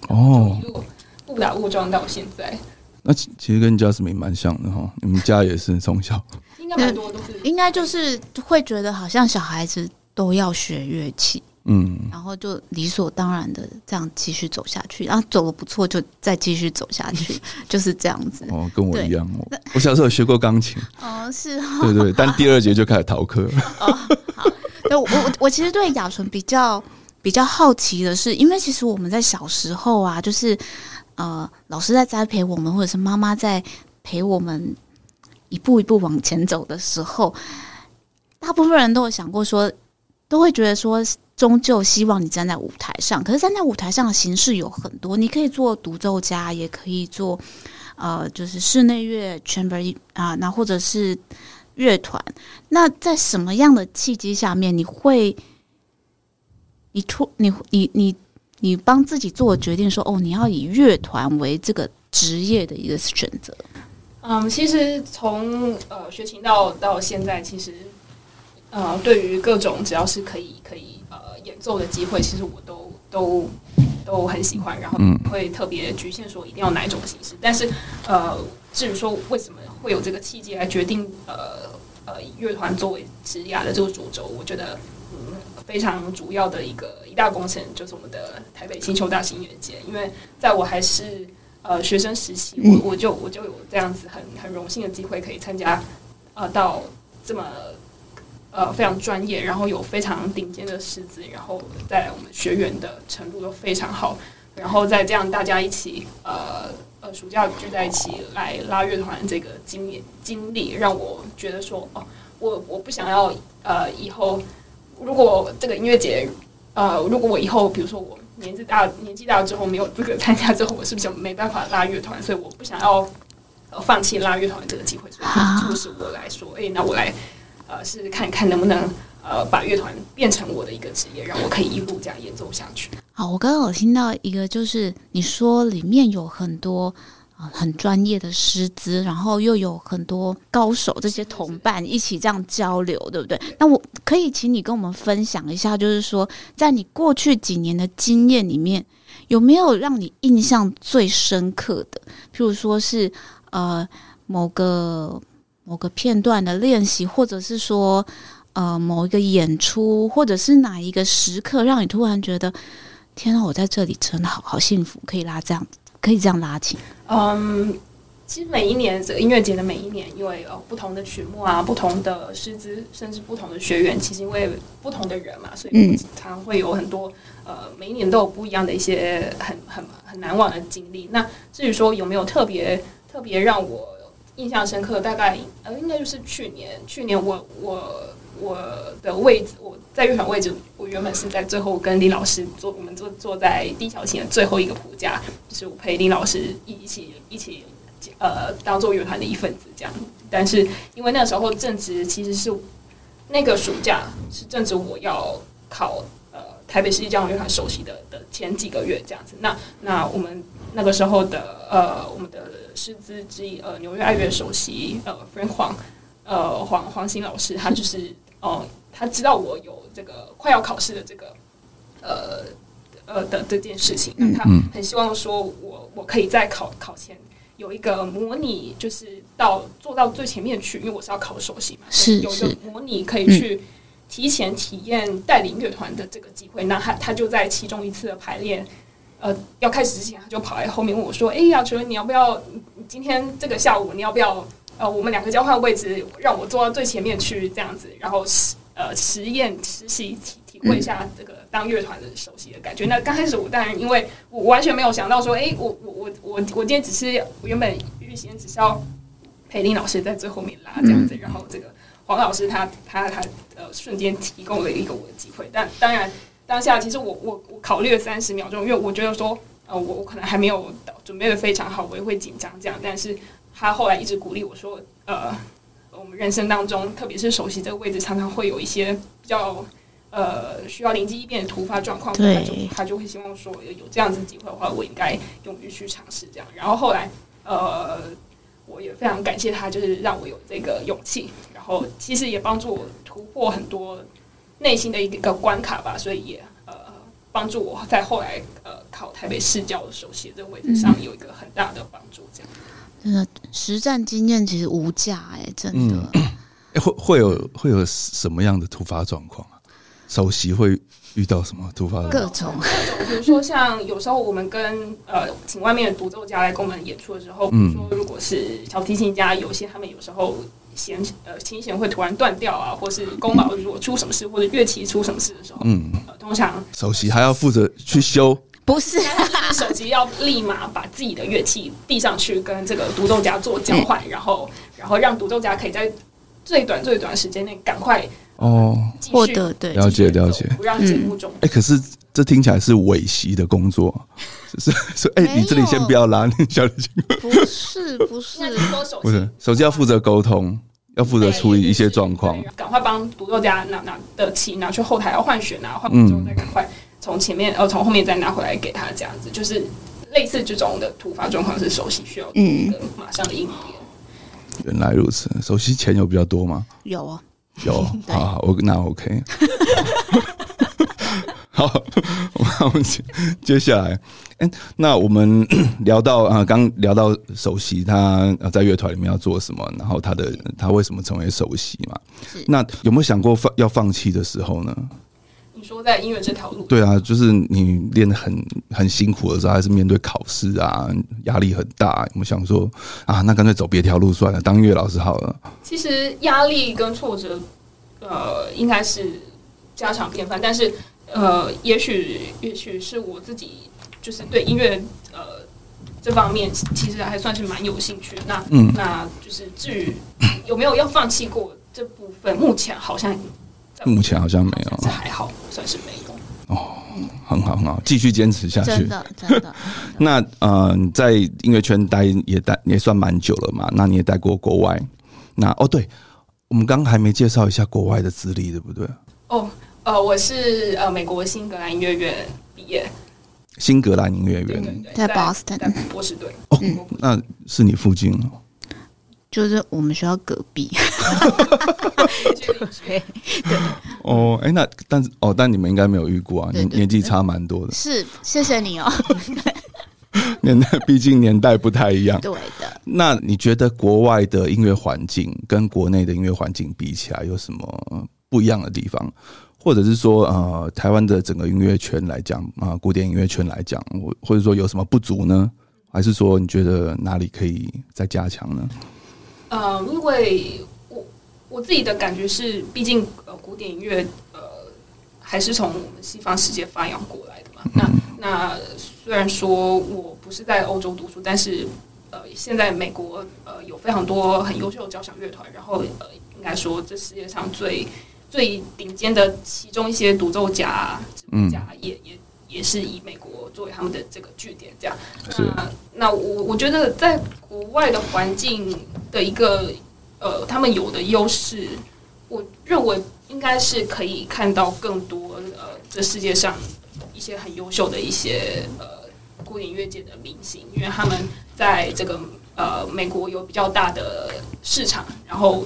[SPEAKER 1] 哦
[SPEAKER 4] 一，路误打误撞到现在，
[SPEAKER 1] 那其其实跟 Jasmine 蛮像的哈，你们家也是从小，
[SPEAKER 4] 应该蛮多都是
[SPEAKER 2] 应该就是会觉得好像小孩子都要学乐器，
[SPEAKER 1] 嗯，
[SPEAKER 2] 然后就理所当然的这样继续走下去，然后走的不错就再继续走下去， 就是这样子。
[SPEAKER 1] 哦，跟我一样，我我小时候有学过钢琴，
[SPEAKER 2] 哦，是哦。
[SPEAKER 1] 对对，但第二节就开始逃课，
[SPEAKER 2] 对我我我其实对雅纯比较比较好奇的是，因为其实我们在小时候啊，就是呃，老师在栽培我们，或者是妈妈在陪我们一步一步往前走的时候，大部分人都有想过说，都会觉得说。终究希望你站在舞台上，可是站在舞台上的形式有很多，你可以做独奏家，也可以做呃，就是室内乐、chamber 啊，那或者是乐团。那在什么样的契机下面，你会，你突你你你你帮自己做决定说，哦，你要以乐团为这个职业的一个选择？
[SPEAKER 4] 嗯，其实从呃学琴到到现在，其实呃对于各种只要是可以可以呃演奏的机会，其实我都都都很喜欢，然后
[SPEAKER 1] 嗯
[SPEAKER 4] 会特别局限说一定要哪一种形式。但是呃，至于说为什么会有这个契机来决定呃呃以乐团作为职涯的这个主轴，我觉得。嗯非常主要的一个一大工程就是我们的台北新球大型音乐节，因为在我还是呃学生时期，我我就我就有这样子很很荣幸的机会可以参加，呃，到这么呃非常专业，然后有非常顶尖的师资，然后再来我们学员的程度都非常好，然后再这样大家一起呃呃暑假聚在一起来拉乐团这个经验经历，让我觉得说哦，我我不想要呃以后如果这个音乐节呃，如果我以后比如说我年纪大年纪大之后没有资格参加之后，我是不是就没办法拉乐团？所以我不想要呃放弃拉乐团这个机会，所以就促使我来说，哎、那我来呃试试看看能不能呃把乐团变成我的一个职业，让我可以一路这样演奏下去。
[SPEAKER 2] 好，我刚刚有听到一个，就是你说里面有很多。呃很专业的师资，然后又有很多高手，这些同伴一起这样交流，对不对？那我可以请你跟我们分享一下，就是说，在你过去几年的经验里面，有没有让你印象最深刻的？譬如说是呃某个某个片段的练习，或者是说呃某一个演出，或者是哪一个时刻，让你突然觉得天啊，我在这里真的好好幸福，可以拉这样，可以这样拉琴。
[SPEAKER 4] 嗯，其实每一年这个音乐节的每一年，因为呃不同的曲目啊、不同的师资，甚至不同的学员，其实因为不同的人嘛，所以
[SPEAKER 2] 嗯
[SPEAKER 4] 常会有很多呃每一年都有不一样的一些很很很难忘的经历。那至于说有没有特别特别让我印象深刻，大概呃应该就是去年，去年我我。我的位置，我在乐团位置，我原本是在最后跟林老师坐，我们坐坐在第一小琴的最后一个谱架，就是我陪林老师一起一起呃当做乐团的一份子这样。但是因为那时候正值其实是呃那个暑假是正值我要考呃台北市立交响乐团首席的的前几个月这样子。那那我们那个时候的呃我们的师资之一呃纽约爱乐首席呃 Frank 黄呃黄黄兴老师，他就是哦、呃、他知道我有这个快要考试的这个呃呃的这件事情，那他很希望说我我可以在考考前有一个模拟，就是到做到最前面去，因为我是要考首席嘛，
[SPEAKER 2] 是
[SPEAKER 4] 有一
[SPEAKER 2] 是
[SPEAKER 4] 个模拟可以去提前体验带领乐团的这个机会。那他他就在其中一次的排练。呃，要开始之前，他就跑来后面问我说：“哎、呀，主任，你要不要？你你今天这个下午你要不要？呃，我们两个交换位置，让我坐到最前面去，这样子，然后实呃实验实习体体会一下这个当乐团的首席的感觉。那刚开始我当然因为我完全没有想到说，哎、我我我我我今天只是我原本预先只是要裴林老师在最后面拉这样子，然后这个黄老师他他他呃瞬间提供了一个我的机会，但当然当下其实我我我考虑了三十秒钟，因为我觉得说呃我我可能还没有到准备的非常好，我也会紧张这样，但是他后来一直鼓励我说，呃，我们人生当中，特别是首席这个位置，常常会有一些比较呃需要灵机一变的突发状况，
[SPEAKER 2] 对
[SPEAKER 4] 他就他就会希望说有这样子的机会的话，我应该勇于去尝试这样。然后后来呃，我也非常感谢他，就是让我有这个勇气，然后其实也帮助我突破很多内心的一个关卡吧，所以也呃帮助我在后来呃考台北市教的首席这个位置上有一个很大的帮助，这样。
[SPEAKER 2] 真的实战经验其实无价哎、真的。
[SPEAKER 1] 嗯诶会会有会有什么样的突发状况啊？首席会遇到什么突发的？
[SPEAKER 2] 各种
[SPEAKER 4] 比如说像有时候我们跟呃请外面的独奏家来跟我们演出的时候，比如说如果是呃小提琴家，有些他们有时候弦呃琴弦会突然断掉啊，或是弓毛如果出什么事，或者乐器出什么事的时候，
[SPEAKER 1] 嗯，
[SPEAKER 4] 呃、通常
[SPEAKER 1] 首席还要负责去修，
[SPEAKER 2] 不是
[SPEAKER 4] 手机要立马把自己的乐器递上去，跟这个独奏家做交换，然后然后让独奏家可以在最短最短时间内赶快
[SPEAKER 1] 哦，
[SPEAKER 4] 继续
[SPEAKER 2] 获得对
[SPEAKER 1] 了解
[SPEAKER 4] 继续演奏
[SPEAKER 1] 了解
[SPEAKER 4] 不让节目中
[SPEAKER 1] 哎、可是这听起来是尾席的工作， 就是说，哎、
[SPEAKER 2] 没有
[SPEAKER 1] 你这里先不要拉，你小提琴，
[SPEAKER 2] 不是不是
[SPEAKER 4] 应该是说手
[SPEAKER 1] 不是
[SPEAKER 4] 机
[SPEAKER 1] 手机要负责沟通，要负责处理一些状况嗯
[SPEAKER 4] 对，赶快帮独奏家拿拿的琴拿去后台要换血拿，换完之后再赶快从前面呃从后面再拿回来给他，这样子就是类似这种的突发状况是首席需要
[SPEAKER 2] 嗯
[SPEAKER 4] 一个马上的应变。
[SPEAKER 1] 原来如此，首席钱有比较多 吗？
[SPEAKER 2] 有哦，
[SPEAKER 1] 有，
[SPEAKER 2] 对
[SPEAKER 1] 好，好我那 OK。好， 我们接接下来，哎、那我们 聊到啊，刚、聊到首席他呃在乐团里面要做什么，然后他的他为什么成为首席嘛
[SPEAKER 2] 是？
[SPEAKER 1] 那有没有想过放要放弃的时候呢？
[SPEAKER 4] 你说在音乐这条路，
[SPEAKER 1] 对啊，就是你练得很很辛苦的时候，还是面对考试啊，压力很大。我们想说啊，那干脆走别条路算了，当音乐老师好了。
[SPEAKER 4] 其实压力跟挫折，呃，应该是家常便饭，但是呃，也许也许是我自己就是对音乐呃这方面其实还算是蛮有兴趣的。那、
[SPEAKER 1] 嗯
[SPEAKER 4] 那就是至于有没有要放弃过这部分，目前好像在
[SPEAKER 1] 目前好啊像没
[SPEAKER 4] 是
[SPEAKER 1] 有，
[SPEAKER 4] 还好，算是没有。
[SPEAKER 1] 很好很好，继续坚持下去
[SPEAKER 2] 真。的真的。
[SPEAKER 1] 那呃，你在音乐圈待也待也算蛮久了嘛，那你也待过国外。那哦，对，我们刚刚还没介绍一下国外的资历，对不对？
[SPEAKER 4] 哦，呃，我是呃美国新格兰音乐院毕业，
[SPEAKER 1] 新格兰音乐
[SPEAKER 4] 对对
[SPEAKER 1] 院
[SPEAKER 4] 对，
[SPEAKER 2] 在
[SPEAKER 4] 在
[SPEAKER 2] Boston
[SPEAKER 4] 在波士顿。
[SPEAKER 1] 哦，那是你附近哦了。
[SPEAKER 2] 就是我们学校隔壁，
[SPEAKER 1] 哦，哎、那但是哦，但你们应该没有遇过啊，
[SPEAKER 2] 对
[SPEAKER 1] 年
[SPEAKER 2] 对
[SPEAKER 1] 年纪差蛮多的，
[SPEAKER 2] 是谢谢你哦。
[SPEAKER 1] 年代毕竟年代不太一样。
[SPEAKER 2] 对的，
[SPEAKER 1] 那你觉得国外的音乐环境跟国内的音乐环境比起来，有什么呃不一样的地方？或者是说，呃，台湾的整个音乐圈来讲，啊、古典音乐圈来讲，我或者说有什么不足呢？还是说你觉得哪里可以再加强呢？
[SPEAKER 4] 呃，因为我我自己的感觉是，毕竟呃，古典音乐呃还是从我们西方世界发扬过来的嘛。那那虽然说我不是在欧洲读书，但是呃，现在美国呃有非常多很优秀的交响乐团，然后呃，应该说这世界上最最顶尖的其中一些独奏家、指挥家也也也是以美国作为他们的这个据点，这样。
[SPEAKER 1] 是
[SPEAKER 4] 那那我我觉得在国外的环境的一个呃，他们有的优势，我认为应该是可以看到更多呃，这世界上一些很优秀的一些呃古典音乐界的明星，因为他们在这个呃美国有比较大的市场，然后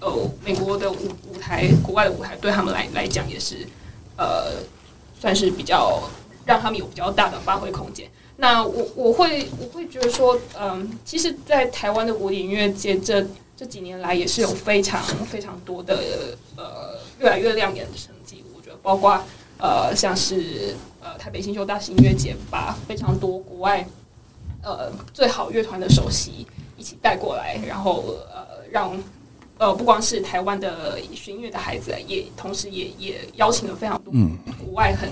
[SPEAKER 4] 呃美国的舞舞台，国外的舞台对他们来来讲也是呃算是比较让他们有比较大的发挥空间。那我我会我会觉得说，嗯，其实，在台湾的古典音乐界这这几年来也是有非常非常多的呃越来越亮眼的成绩，我觉得包括呃像是呃台北新秀大型音乐节，把非常多国外呃最好乐团的首席一起带过来，然后呃让呃不光是台湾的学音乐的孩子，也同时也也邀请了非常多国外很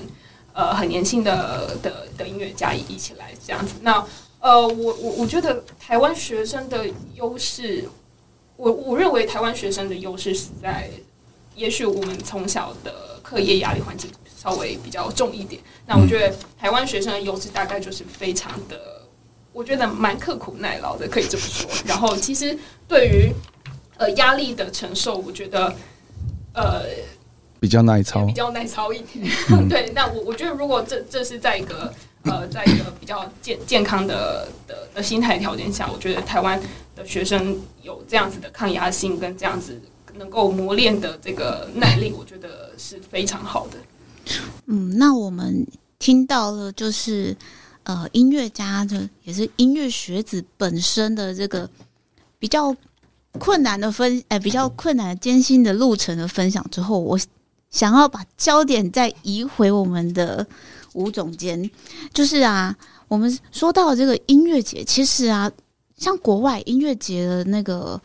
[SPEAKER 4] 呃很年轻的的的音乐家一起来这样子。那呃，我我我觉得台湾学生的优势，我我认为台湾学生的优势是在，也许我们从小的课业压力环境稍微比较重一点。那我觉得台湾学生的优势大概就是非常的，我觉得蛮刻苦耐劳的，可以这么说。然后其实对于呃压力的承受，我觉得呃
[SPEAKER 1] 比较耐
[SPEAKER 4] 也
[SPEAKER 1] 操
[SPEAKER 4] 比，较耐操一点。 对，那我我觉得如果这这是在一个呃，在一个比较健健康的的的心态条件下，我觉得台湾的学生有这样子的抗压性跟这样子能够磨练的这个耐力，我觉得是非常好的。
[SPEAKER 2] 嗯，那我们听到了，就是呃，音乐家的也是音乐学子本身的这个比较困难的分，哎、比较困难艰辛的路程的分享之后，我想要把焦点再移回我们的吴总监，就是啊，我们说到这个音乐节，其实啊，像国外音乐节的那个。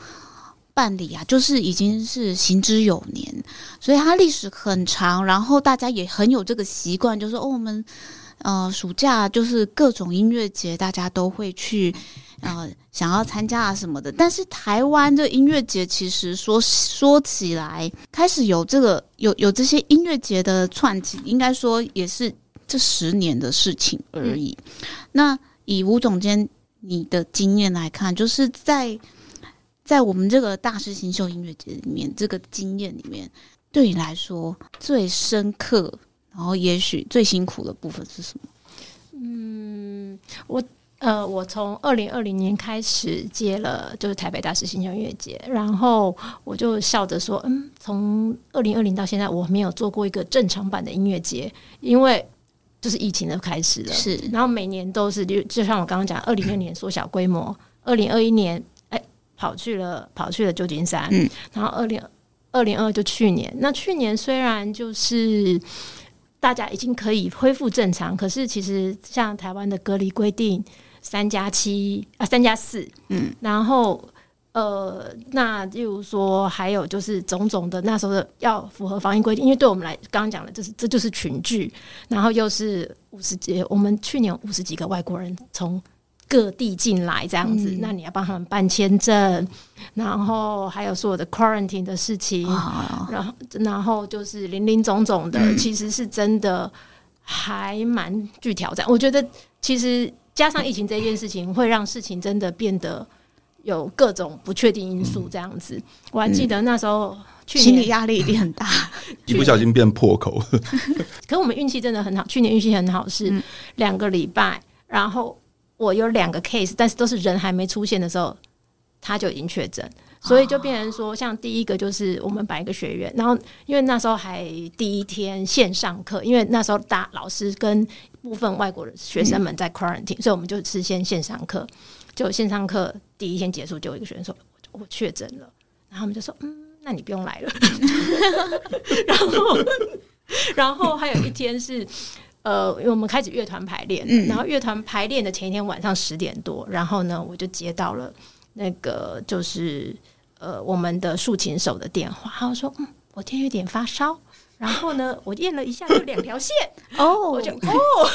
[SPEAKER 2] 办理啊，就是已经是行之有年，所以它历史很长，然后大家也很有这个习惯，就是哦，我们呃暑假就是各种音乐节，大家都会去呃想要参加啊什么的。但是台湾的音乐节其实说说起来，开始有这个有有这些音乐节的串起，应该说也是这十年的事情而已。那以吴总监你的经验来看，就是在在我们这个大师新秀音乐节里面，这个经验里面，对你来说最深刻，然后也许最辛苦的部分是什么？
[SPEAKER 3] 呃，嗯我从二零二零年开始接了就是台北大师新秀音乐节，然后我就笑着说，嗯，从二零二零到现在，我没有做过一个正常版的音乐节，因为就是疫情的开始了，
[SPEAKER 2] 是
[SPEAKER 3] 然后每年都是，就就像我刚刚讲，二零二年缩小规模，二零二一年哎跑去了跑去了旧金山，
[SPEAKER 2] 嗯
[SPEAKER 3] 然后二零二零二就去年，那去年虽然就是大家已经可以恢复正常，可是其实像台湾的隔离规定三加七啊三加四，嗯，然后。呃，那例如说，还有就是种种的那时候的要符合防疫规定，因为对我们来刚刚讲的，就是这就是群聚，然后又是五十几，我们去年五十几个外国人从各地进来这样子，
[SPEAKER 2] 嗯
[SPEAKER 3] 那你要帮他们办签证，然后还有所有的 quarantine 的事情，
[SPEAKER 2] 啊，
[SPEAKER 3] 然后然后就是林林总总的，
[SPEAKER 2] 嗯
[SPEAKER 3] 其实是真的还蛮具挑战。我觉得其实加上疫情这件事情，会让事情真的变得有各种不确定因素这样子。我还记得那时候去
[SPEAKER 2] 嗯心
[SPEAKER 3] 年
[SPEAKER 2] 理压力一定很大。
[SPEAKER 1] 一不小心变破口，
[SPEAKER 3] 可我们运气真的很好，去年运气很好是两个礼拜，然后我有两个 case，但是都是人还没出现的时候，他就已经确诊，所以就变成说，像第一个就是我们把一个学员，然后因为那时候还第一天线上课，因为那时候大老师跟部分外国的学生们在 quarantine，、所以我们就事先线上课，就线上课第一天结束，就有一个学生说我我确诊了，然后我们就说嗯，那你不用来了， 然后。然后还有一天是，呃，因为我们开始乐团排练，
[SPEAKER 2] 嗯
[SPEAKER 3] 然后乐团排练的前一天晚上十点多，然后呢，我就接到了那个就是呃我们的竖琴手的电话，他就说，嗯，我今天有点发烧。然后呢，我验了一下，就两条线，
[SPEAKER 2] 哦
[SPEAKER 3] 我就哦，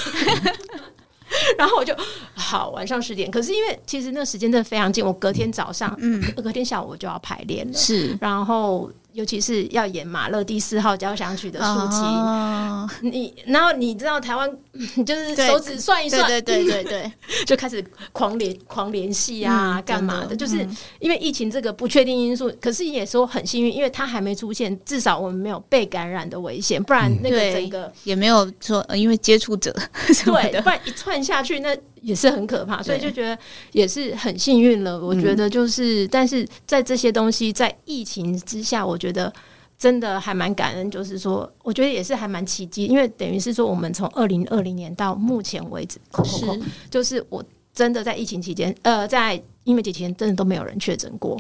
[SPEAKER 3] 然后我就啊好，晚上十点。可是因为其实那时间真的非常近，我隔天早上，
[SPEAKER 2] 嗯，
[SPEAKER 3] 隔天下午我就要排练了，
[SPEAKER 2] 是
[SPEAKER 3] 然后尤其是要演马勒第四号交响曲的竖琴，
[SPEAKER 2] 哦
[SPEAKER 3] 你然后你知道台湾 就是
[SPEAKER 2] 对
[SPEAKER 3] 手指算一
[SPEAKER 2] 对
[SPEAKER 3] 算，
[SPEAKER 2] 对对对 对，
[SPEAKER 3] 就开始狂联狂联系啊，
[SPEAKER 2] 嗯
[SPEAKER 3] 干嘛
[SPEAKER 2] 真
[SPEAKER 3] 的？
[SPEAKER 2] 的
[SPEAKER 3] 就是
[SPEAKER 2] 嗯
[SPEAKER 3] 因为疫情这个不确定因素，可是也说很幸运，因为它还没出现，至少我们没有被感染的危险，不然那个
[SPEAKER 2] 对
[SPEAKER 3] 整个、
[SPEAKER 2] 也没有说呃因为接触者 什么
[SPEAKER 3] 对，
[SPEAKER 2] 的
[SPEAKER 3] 不，然一窜下去那也是很可怕，所以
[SPEAKER 2] 对
[SPEAKER 3] 就觉得也是很幸运了。我觉得就是，但是在这些东西在疫情之下，我觉得。真的还蛮感恩，就是说，我觉得也是还蛮奇迹，因为等于是说，我们从二零二零年到目前为止，扣扣扣
[SPEAKER 2] 是
[SPEAKER 3] 就是我真的在疫情期间，呃，在音乐节期间，真的都没有人确诊过。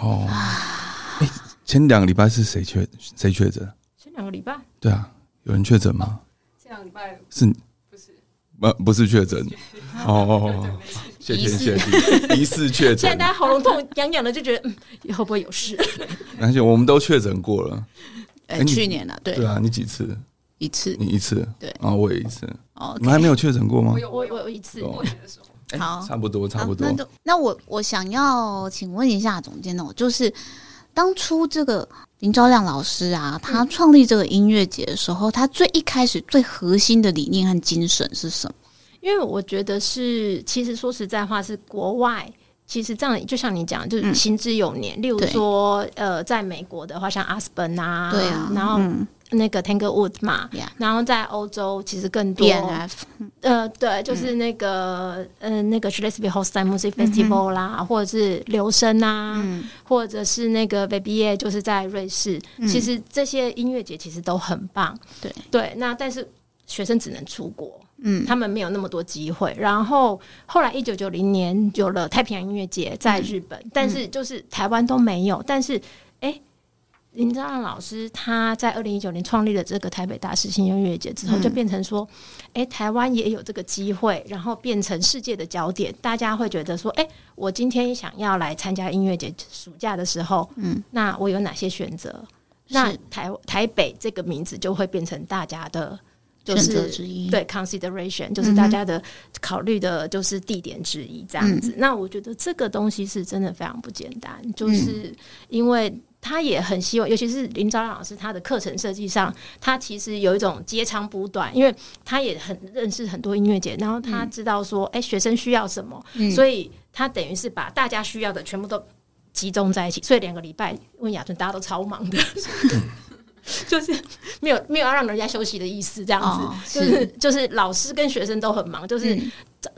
[SPEAKER 1] 哦，诶前两个礼拜是谁确谁确诊？
[SPEAKER 3] 前两个礼拜，
[SPEAKER 1] 对啊，有人确诊吗？
[SPEAKER 4] 这两个礼拜
[SPEAKER 1] 是
[SPEAKER 4] 不是
[SPEAKER 1] 呃不是确诊？哦哦
[SPEAKER 4] 对对
[SPEAKER 1] 哦，
[SPEAKER 4] 没事。
[SPEAKER 1] 谢天谢地，疑似确
[SPEAKER 3] 现在
[SPEAKER 1] 诊，
[SPEAKER 3] 大家喉咙痛痒痒的，就觉得嗯，会不会有事？
[SPEAKER 1] 而且我们都确诊过了。哎
[SPEAKER 2] 呃，
[SPEAKER 1] 你
[SPEAKER 2] 去年了，对
[SPEAKER 1] 对，啊，你几次？
[SPEAKER 2] 一次
[SPEAKER 1] 你一次，
[SPEAKER 2] 对
[SPEAKER 1] 啊，我也一次。
[SPEAKER 2] 哦
[SPEAKER 1] 你，们还没有确诊过吗
[SPEAKER 4] 我？有
[SPEAKER 3] 我
[SPEAKER 4] 我
[SPEAKER 3] 我
[SPEAKER 4] 有
[SPEAKER 3] 有一次，
[SPEAKER 1] 哦
[SPEAKER 4] 过年的时候，
[SPEAKER 1] 哎
[SPEAKER 2] 好
[SPEAKER 1] 差不多，差不
[SPEAKER 2] 好
[SPEAKER 1] 多
[SPEAKER 2] 那。就那我我想要请问一下总监哦，就是当初这个林昭亮老师啊，他
[SPEAKER 3] 嗯
[SPEAKER 2] 创立这个音乐节的时候，他最一开始最核心的理念和精神是什么？
[SPEAKER 3] 因为我觉得是，其实说实在话，是国外。其实这样，就像你讲，就是
[SPEAKER 2] 嗯
[SPEAKER 3] 行之有年。例如
[SPEAKER 2] 对
[SPEAKER 3] 说，呃，在美国的话，像阿斯本啊，
[SPEAKER 2] 对啊，
[SPEAKER 3] 然后
[SPEAKER 2] 嗯
[SPEAKER 3] 那个 Tanglewood 嘛
[SPEAKER 2] Yeah
[SPEAKER 3] 然后在欧洲其实更多
[SPEAKER 2] B N F
[SPEAKER 3] 呃，对，就是那个，嗯、呃，那个 Schleswig Holstein
[SPEAKER 2] 嗯
[SPEAKER 3] Music Festival 啦，或者是留声啊，或者是那个 Baby A，就是在瑞士。其实这些音乐节其实都很棒，
[SPEAKER 2] 嗯对
[SPEAKER 3] 对。那但是学生只能出国，
[SPEAKER 2] 嗯
[SPEAKER 3] 他们没有那么多机会。然后后来一九九零年有了太平洋音乐节在日本，
[SPEAKER 2] 嗯
[SPEAKER 3] 但是就是台湾都没有。但是，哎、林兆让老师他在二零一九年创立了这个台北大师新音乐节之
[SPEAKER 2] 嗯
[SPEAKER 3] 后，就变成说，哎、台湾也有这个机会，然后变成世界的焦点，大家会觉得说，哎、我今天想要来参加音乐节，暑假的时候，
[SPEAKER 2] 嗯，
[SPEAKER 3] 那我有哪些选择？那
[SPEAKER 2] 是
[SPEAKER 3] 台台北这个名字就会变成大家的，就
[SPEAKER 2] 选择
[SPEAKER 3] 是
[SPEAKER 2] 之一，
[SPEAKER 3] 对 consideration，就是大家的考虑的，就是地点之一这样子。那我觉得这个东西是真的非常不简单，就是因为他也很希望，尤其是林昭亮老师他的课程设计上，他其实有一种截长补短，因为他也很认识很多音乐节，然后他知道说，哎、学生需要什么，
[SPEAKER 2] 嗯
[SPEAKER 3] 所以他等于是把大家需要的全部都集中在一起，所以两个礼拜问雅纯，大家都超忙的， 就是没有没有要让人家休息的意思，这样子，
[SPEAKER 2] 哦
[SPEAKER 3] 就是就是老师跟学生都很忙，就是
[SPEAKER 2] 嗯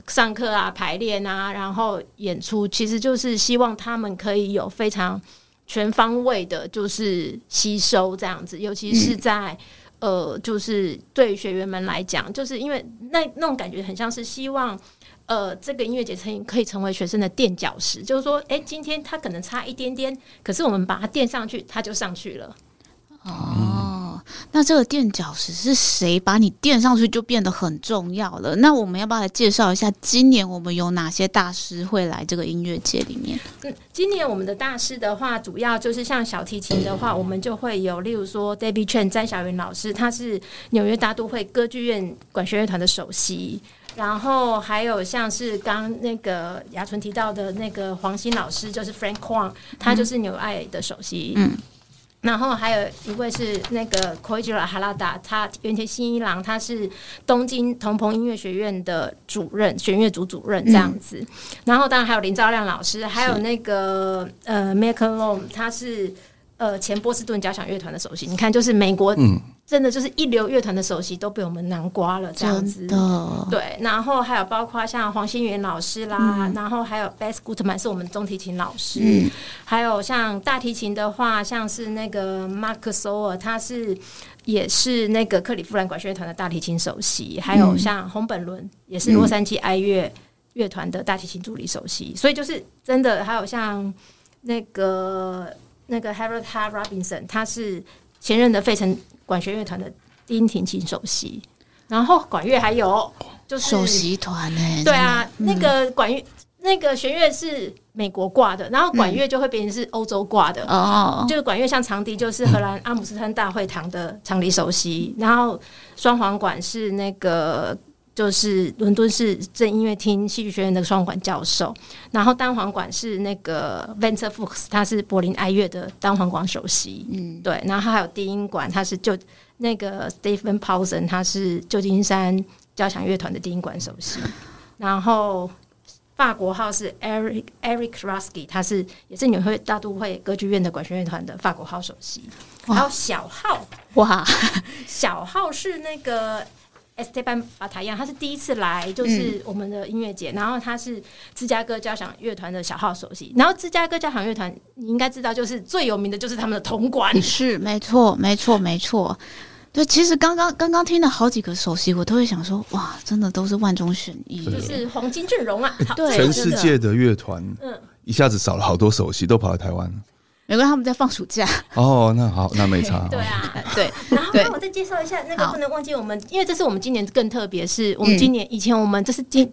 [SPEAKER 3] 上课啊、排练啊，然后演出，其实就是希望他们可以有非常全方位的，就是吸收这样子，尤其
[SPEAKER 2] 嗯
[SPEAKER 3] 是在。呃，就是对于学员们来讲，就是因为那那种感觉很像是希望，呃，这个音乐节成可以成为学生的垫脚石，就是说，哎、今天他可能差一点点，可是我们把它垫上去，他就上去了。
[SPEAKER 2] 哦。那这个垫脚石是谁把你垫上去，就变得很重要了。那我们要不要来介绍一下，今年我们有哪些大师会来这个音乐节里面？
[SPEAKER 3] 嗯，今年我们的大师的话，主要就是像小提琴的话，我们就会有，例如说 David Chen 詹小云老师，他是纽约大都会歌剧院管弦乐团的首席。然后还有像是刚那个雅纯提到的那个黄鑫老师，就是 Frank Kwang，他就是纽爱的首席。
[SPEAKER 2] 嗯。
[SPEAKER 3] 然后还有一位是那个 Koichiro Harada，他原田新一郎，他是东京同朋音乐学院的主任，弦乐组主任这样子。
[SPEAKER 2] 嗯
[SPEAKER 3] 然后当然还有林兆亮老师，还有那个呃 m i c a e l o m 他是呃前波士顿交响乐团的首席。你看，就是美国
[SPEAKER 1] 嗯，
[SPEAKER 3] 真的就是一流乐团的首席都被我们囊瓜了，这样子
[SPEAKER 2] 真。的，
[SPEAKER 3] 对，然后还有包括像黄新元老师啦，然后还有 Bess Goodman 是我们中提琴老师，还有像大提琴的话，像是那个 Mark s o e r 他是也是那个克利夫兰管弦乐团的大提琴首席，还有像红本伦也是洛杉矶爱乐乐团的大提琴助理首席，所以就是真的，还有像那个那个 Harold h a Robinson，他是前任的费城管弦乐团的低音提琴首席，然后管乐还有就是
[SPEAKER 2] 首席嗯团哎、
[SPEAKER 3] 对啊，那个管乐那个弦乐是美国挂的，然后管乐就会变成是欧洲挂的。
[SPEAKER 2] 真的，哦，
[SPEAKER 3] 就是管乐像长笛，就是荷兰阿姆斯特丹大会堂的长笛首席，然后双簧管是那个就是伦敦市政音乐厅戏剧学院的双管教授，然后单簧管是那个 Venter Fuchs，他是柏林爱乐的单簧管首席，
[SPEAKER 2] 嗯，
[SPEAKER 3] 对，然后他还有低音管，他是旧那个 Stephen Pausen，他是旧金山交响乐团的低音管首席，然后法国号是 Eric Eric Rusky，他是也是纽约大都会歌剧院的管弦乐团的法国号首席，
[SPEAKER 2] 哇
[SPEAKER 3] 然后小号
[SPEAKER 2] 哇，
[SPEAKER 3] 小号是那个 Esteban b a t a y a n 他是第一次来，就是我们的音乐节，然后他是芝加哥交响乐团的小号首席，然后芝加哥交响乐团你应该知道，就是最有名的就是他们的铜管。
[SPEAKER 2] 是没错，没错，没错。对，其实刚刚刚刚听了好几个首席，我都会想说，哇，真的都是万中选一
[SPEAKER 1] 对
[SPEAKER 3] 就
[SPEAKER 2] 耶，
[SPEAKER 3] 是黄金阵容啊，
[SPEAKER 2] 嗯
[SPEAKER 3] 好
[SPEAKER 2] 对
[SPEAKER 1] 全世界的乐团
[SPEAKER 3] 嗯，
[SPEAKER 1] 一下子少了好多首席，都跑到台湾了。
[SPEAKER 2] 没关系，他们在放暑假。
[SPEAKER 1] 哦，那好，那没 差。
[SPEAKER 3] 对啊。
[SPEAKER 2] 呃对，
[SPEAKER 3] 然后，
[SPEAKER 2] 对
[SPEAKER 3] 那我再介绍一下，那个
[SPEAKER 2] 好
[SPEAKER 3] 不能忘记我们，因为这是我们今年更特别，是我们今年、以前我们这是今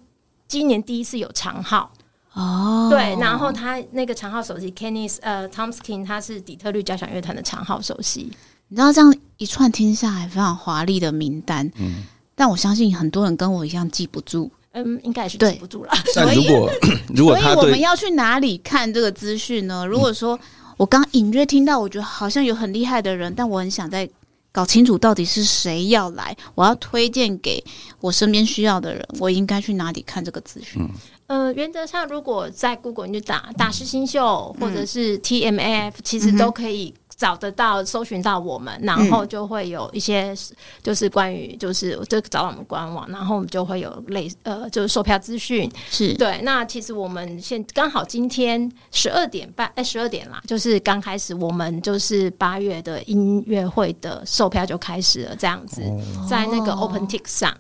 [SPEAKER 3] 今年第一次有长号，
[SPEAKER 2] 嗯哦，
[SPEAKER 3] 对，然后他那个长号首席 Kenny 呃 Tomskin，他是底特律交响乐团的长号首席，
[SPEAKER 2] 你知道这样一串听下来非常华丽的名单，
[SPEAKER 1] 嗯，
[SPEAKER 2] 但我相信很多人跟我一样记不住，
[SPEAKER 3] 嗯，应该也是
[SPEAKER 2] 对
[SPEAKER 3] 记不住了，
[SPEAKER 1] 但如果 如果
[SPEAKER 2] 所以
[SPEAKER 1] 他
[SPEAKER 2] 我们
[SPEAKER 1] 对嗯
[SPEAKER 2] 要去哪里看这个资讯呢？如果说我刚隐约听到，我觉得好像有很厉害的人，但我很想再搞清楚到底是谁要来，我要推荐给我身边需要的人，我应该去哪里看这个资
[SPEAKER 1] 嗯
[SPEAKER 2] 讯？
[SPEAKER 3] 呃，原则上，如果在 Google 你就打“大师新秀”或者是 TMF，、其实都可以找得到、搜寻到我们，然后就会有一些就是关于就是就找到我们官网，然后我们就会有类呃就是售票资讯。
[SPEAKER 2] 是
[SPEAKER 3] 对，那其实我们现刚好今天十二点半，哎，十二点啦，就是刚开始我们就是八月的音乐会的售票就开始了，这样子，
[SPEAKER 1] 哦
[SPEAKER 3] 在那个
[SPEAKER 2] 哦
[SPEAKER 3] OpenTix 上。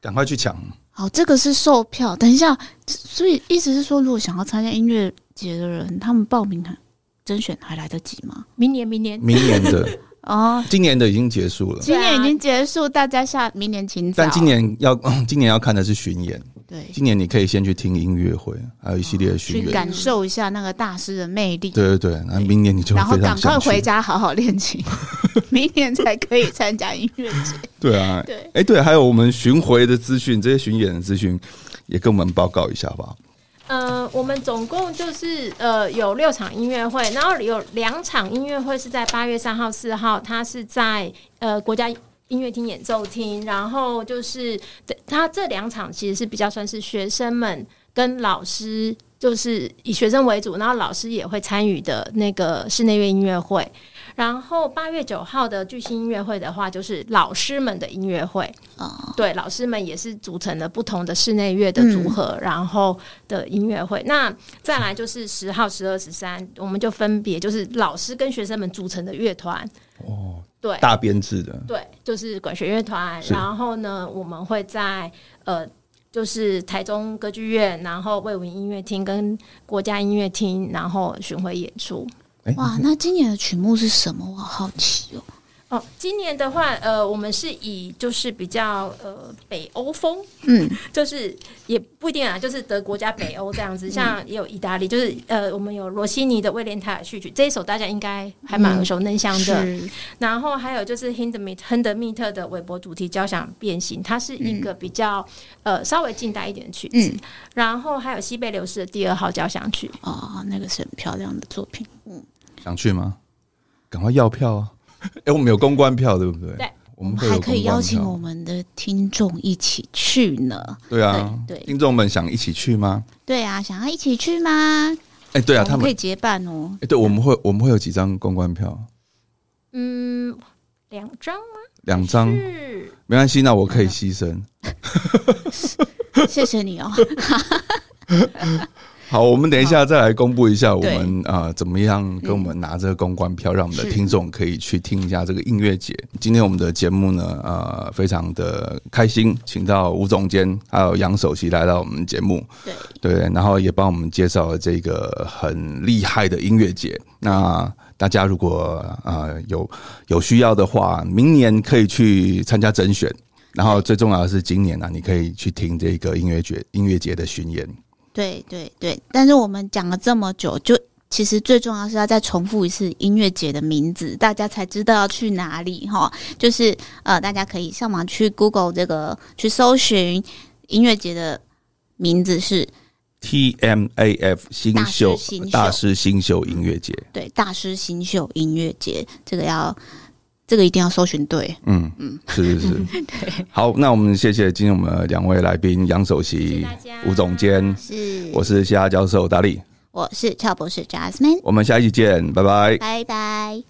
[SPEAKER 1] 赶快去抢，
[SPEAKER 2] 好，这个是售票。等一下，所以意思是说，如果想要参加音乐节的人，他们报名还甄选还来得及吗？
[SPEAKER 3] 明年，明年，
[SPEAKER 1] 明年的
[SPEAKER 2] 哦，
[SPEAKER 1] 今年的已经结束了，
[SPEAKER 2] 今年已经结束，大家下明年请早。
[SPEAKER 1] 但今年要 今年要看的是巡演。
[SPEAKER 2] 对
[SPEAKER 1] 今年你可以先去听音乐会，还有一系列的巡
[SPEAKER 2] 哦去
[SPEAKER 1] 演。
[SPEAKER 2] 感受一下那个大师的魅力，
[SPEAKER 1] 对对对，那明年你就会
[SPEAKER 2] 然后
[SPEAKER 1] 非常
[SPEAKER 2] 赶快
[SPEAKER 1] 想去
[SPEAKER 2] 回。家好好练琴， 明年才可以参加音乐节。
[SPEAKER 1] 对啊，
[SPEAKER 2] 对，
[SPEAKER 1] 哎对，还有我们巡回的资讯，这些巡演的资讯也跟我们报告一下吧。
[SPEAKER 3] 呃，我们总共就是呃有六场音乐会，然后有两场音乐会是在八月三号、四号，它是在呃国家音乐厅演奏厅，然后就是它这两场其实是比较算是学生们跟老师，就是以学生为主，然后老师也会参与的那个室内乐音乐会。然后八月九号的巨星音乐会的话，就是老师们的音乐会，
[SPEAKER 2] 哦，
[SPEAKER 3] 对，老师们也是组成了不同的室内乐的组
[SPEAKER 1] 嗯
[SPEAKER 3] 合，然后的音乐会。那再来就是十号、十二、十三，我们就分别就是老师跟学生们组成的乐团，
[SPEAKER 1] 哦，
[SPEAKER 3] 对
[SPEAKER 1] 大编制的，
[SPEAKER 3] 对，就是管弦乐团。
[SPEAKER 1] 是
[SPEAKER 3] 然后呢，我们会在呃。就是台中歌剧院，然后魏文音乐厅跟国家音乐厅，然后巡回演出。
[SPEAKER 1] 哎，
[SPEAKER 2] 哇，那今年的曲目是什么？我好好奇哦。
[SPEAKER 3] 哦，今年的话，呃，我们是以就是比较呃北欧风
[SPEAKER 2] 嗯，
[SPEAKER 3] 就是也不一定啊，就是德国加北欧这样
[SPEAKER 2] 嗯
[SPEAKER 3] 子，像也有意大利，就是呃，我们有罗西尼的《威廉塔尔序曲》这一首，大家应该还蛮耳熟能详的。
[SPEAKER 2] 是
[SPEAKER 3] 然后还有就是亨德米亨德密特的韦伯主题交响变形，它是一个比较、呃稍微近代一点的曲子。
[SPEAKER 2] 嗯
[SPEAKER 3] 然后还有西贝流士的第二号交响曲，
[SPEAKER 2] 哦，那个是很漂亮的作品。嗯
[SPEAKER 1] 想去吗？赶快要票啊！ 哎，我们有公关票，对不对？
[SPEAKER 3] 对，
[SPEAKER 1] 我们会有
[SPEAKER 2] 还可以
[SPEAKER 1] 公关
[SPEAKER 2] 邀请
[SPEAKER 1] 票
[SPEAKER 2] 我们的听众一起去呢。
[SPEAKER 1] 对啊，
[SPEAKER 2] 对对
[SPEAKER 1] 听众们想一起去吗？
[SPEAKER 2] 对啊，想要一起去吗？
[SPEAKER 1] 哎，对啊，
[SPEAKER 2] 我
[SPEAKER 1] 他
[SPEAKER 2] 们可
[SPEAKER 1] 们
[SPEAKER 2] 以结伴哦。
[SPEAKER 1] 哎，对，我们会我们会有几张公关票，
[SPEAKER 3] 嗯，两张
[SPEAKER 1] 两张
[SPEAKER 3] 是
[SPEAKER 1] 没关系，那我可以牺牲。
[SPEAKER 2] 谢谢你哦。
[SPEAKER 1] 好，我们等一下再来公布一下我们啊、呃怎么样跟我们拿这个公关票，让我们的
[SPEAKER 2] 是
[SPEAKER 1] 听众可以去听一下这个音乐节。今天我们的节目呢，呃，非常的开心，请到吴总监还有杨首席来到我们节目，
[SPEAKER 2] 对，
[SPEAKER 1] 对，然后也帮我们介绍了这个很厉害的音乐节。那大家如果呃有有需要的话，明年可以去参加甄选。然后最重要的是，今年呢、啊，你可以去听这个音乐节音乐节的巡演。
[SPEAKER 2] 对对对，但是我们讲了这么久，就其实最重要是要再重复一次音乐节的名字，大家才知道要去哪里哈。就是呃，大家可以上网去 Google 这个去搜寻音乐节的名字是
[SPEAKER 1] TMAF 新
[SPEAKER 2] 大师
[SPEAKER 1] 秀
[SPEAKER 2] 新秀
[SPEAKER 1] 大师新秀音乐节，
[SPEAKER 2] 对大师新秀音乐节，这个要这个一定要搜寻对。
[SPEAKER 1] 嗯嗯，是是 是，好，那我们谢谢今天我们两位来宾杨首
[SPEAKER 3] 谢谢
[SPEAKER 1] 席
[SPEAKER 3] 大家、
[SPEAKER 1] 吴总监，
[SPEAKER 2] 是，
[SPEAKER 1] 我是西亚教授达利，
[SPEAKER 2] 我是俏博士 Jasmine，
[SPEAKER 1] 我们下一集见，拜拜。
[SPEAKER 2] 拜拜。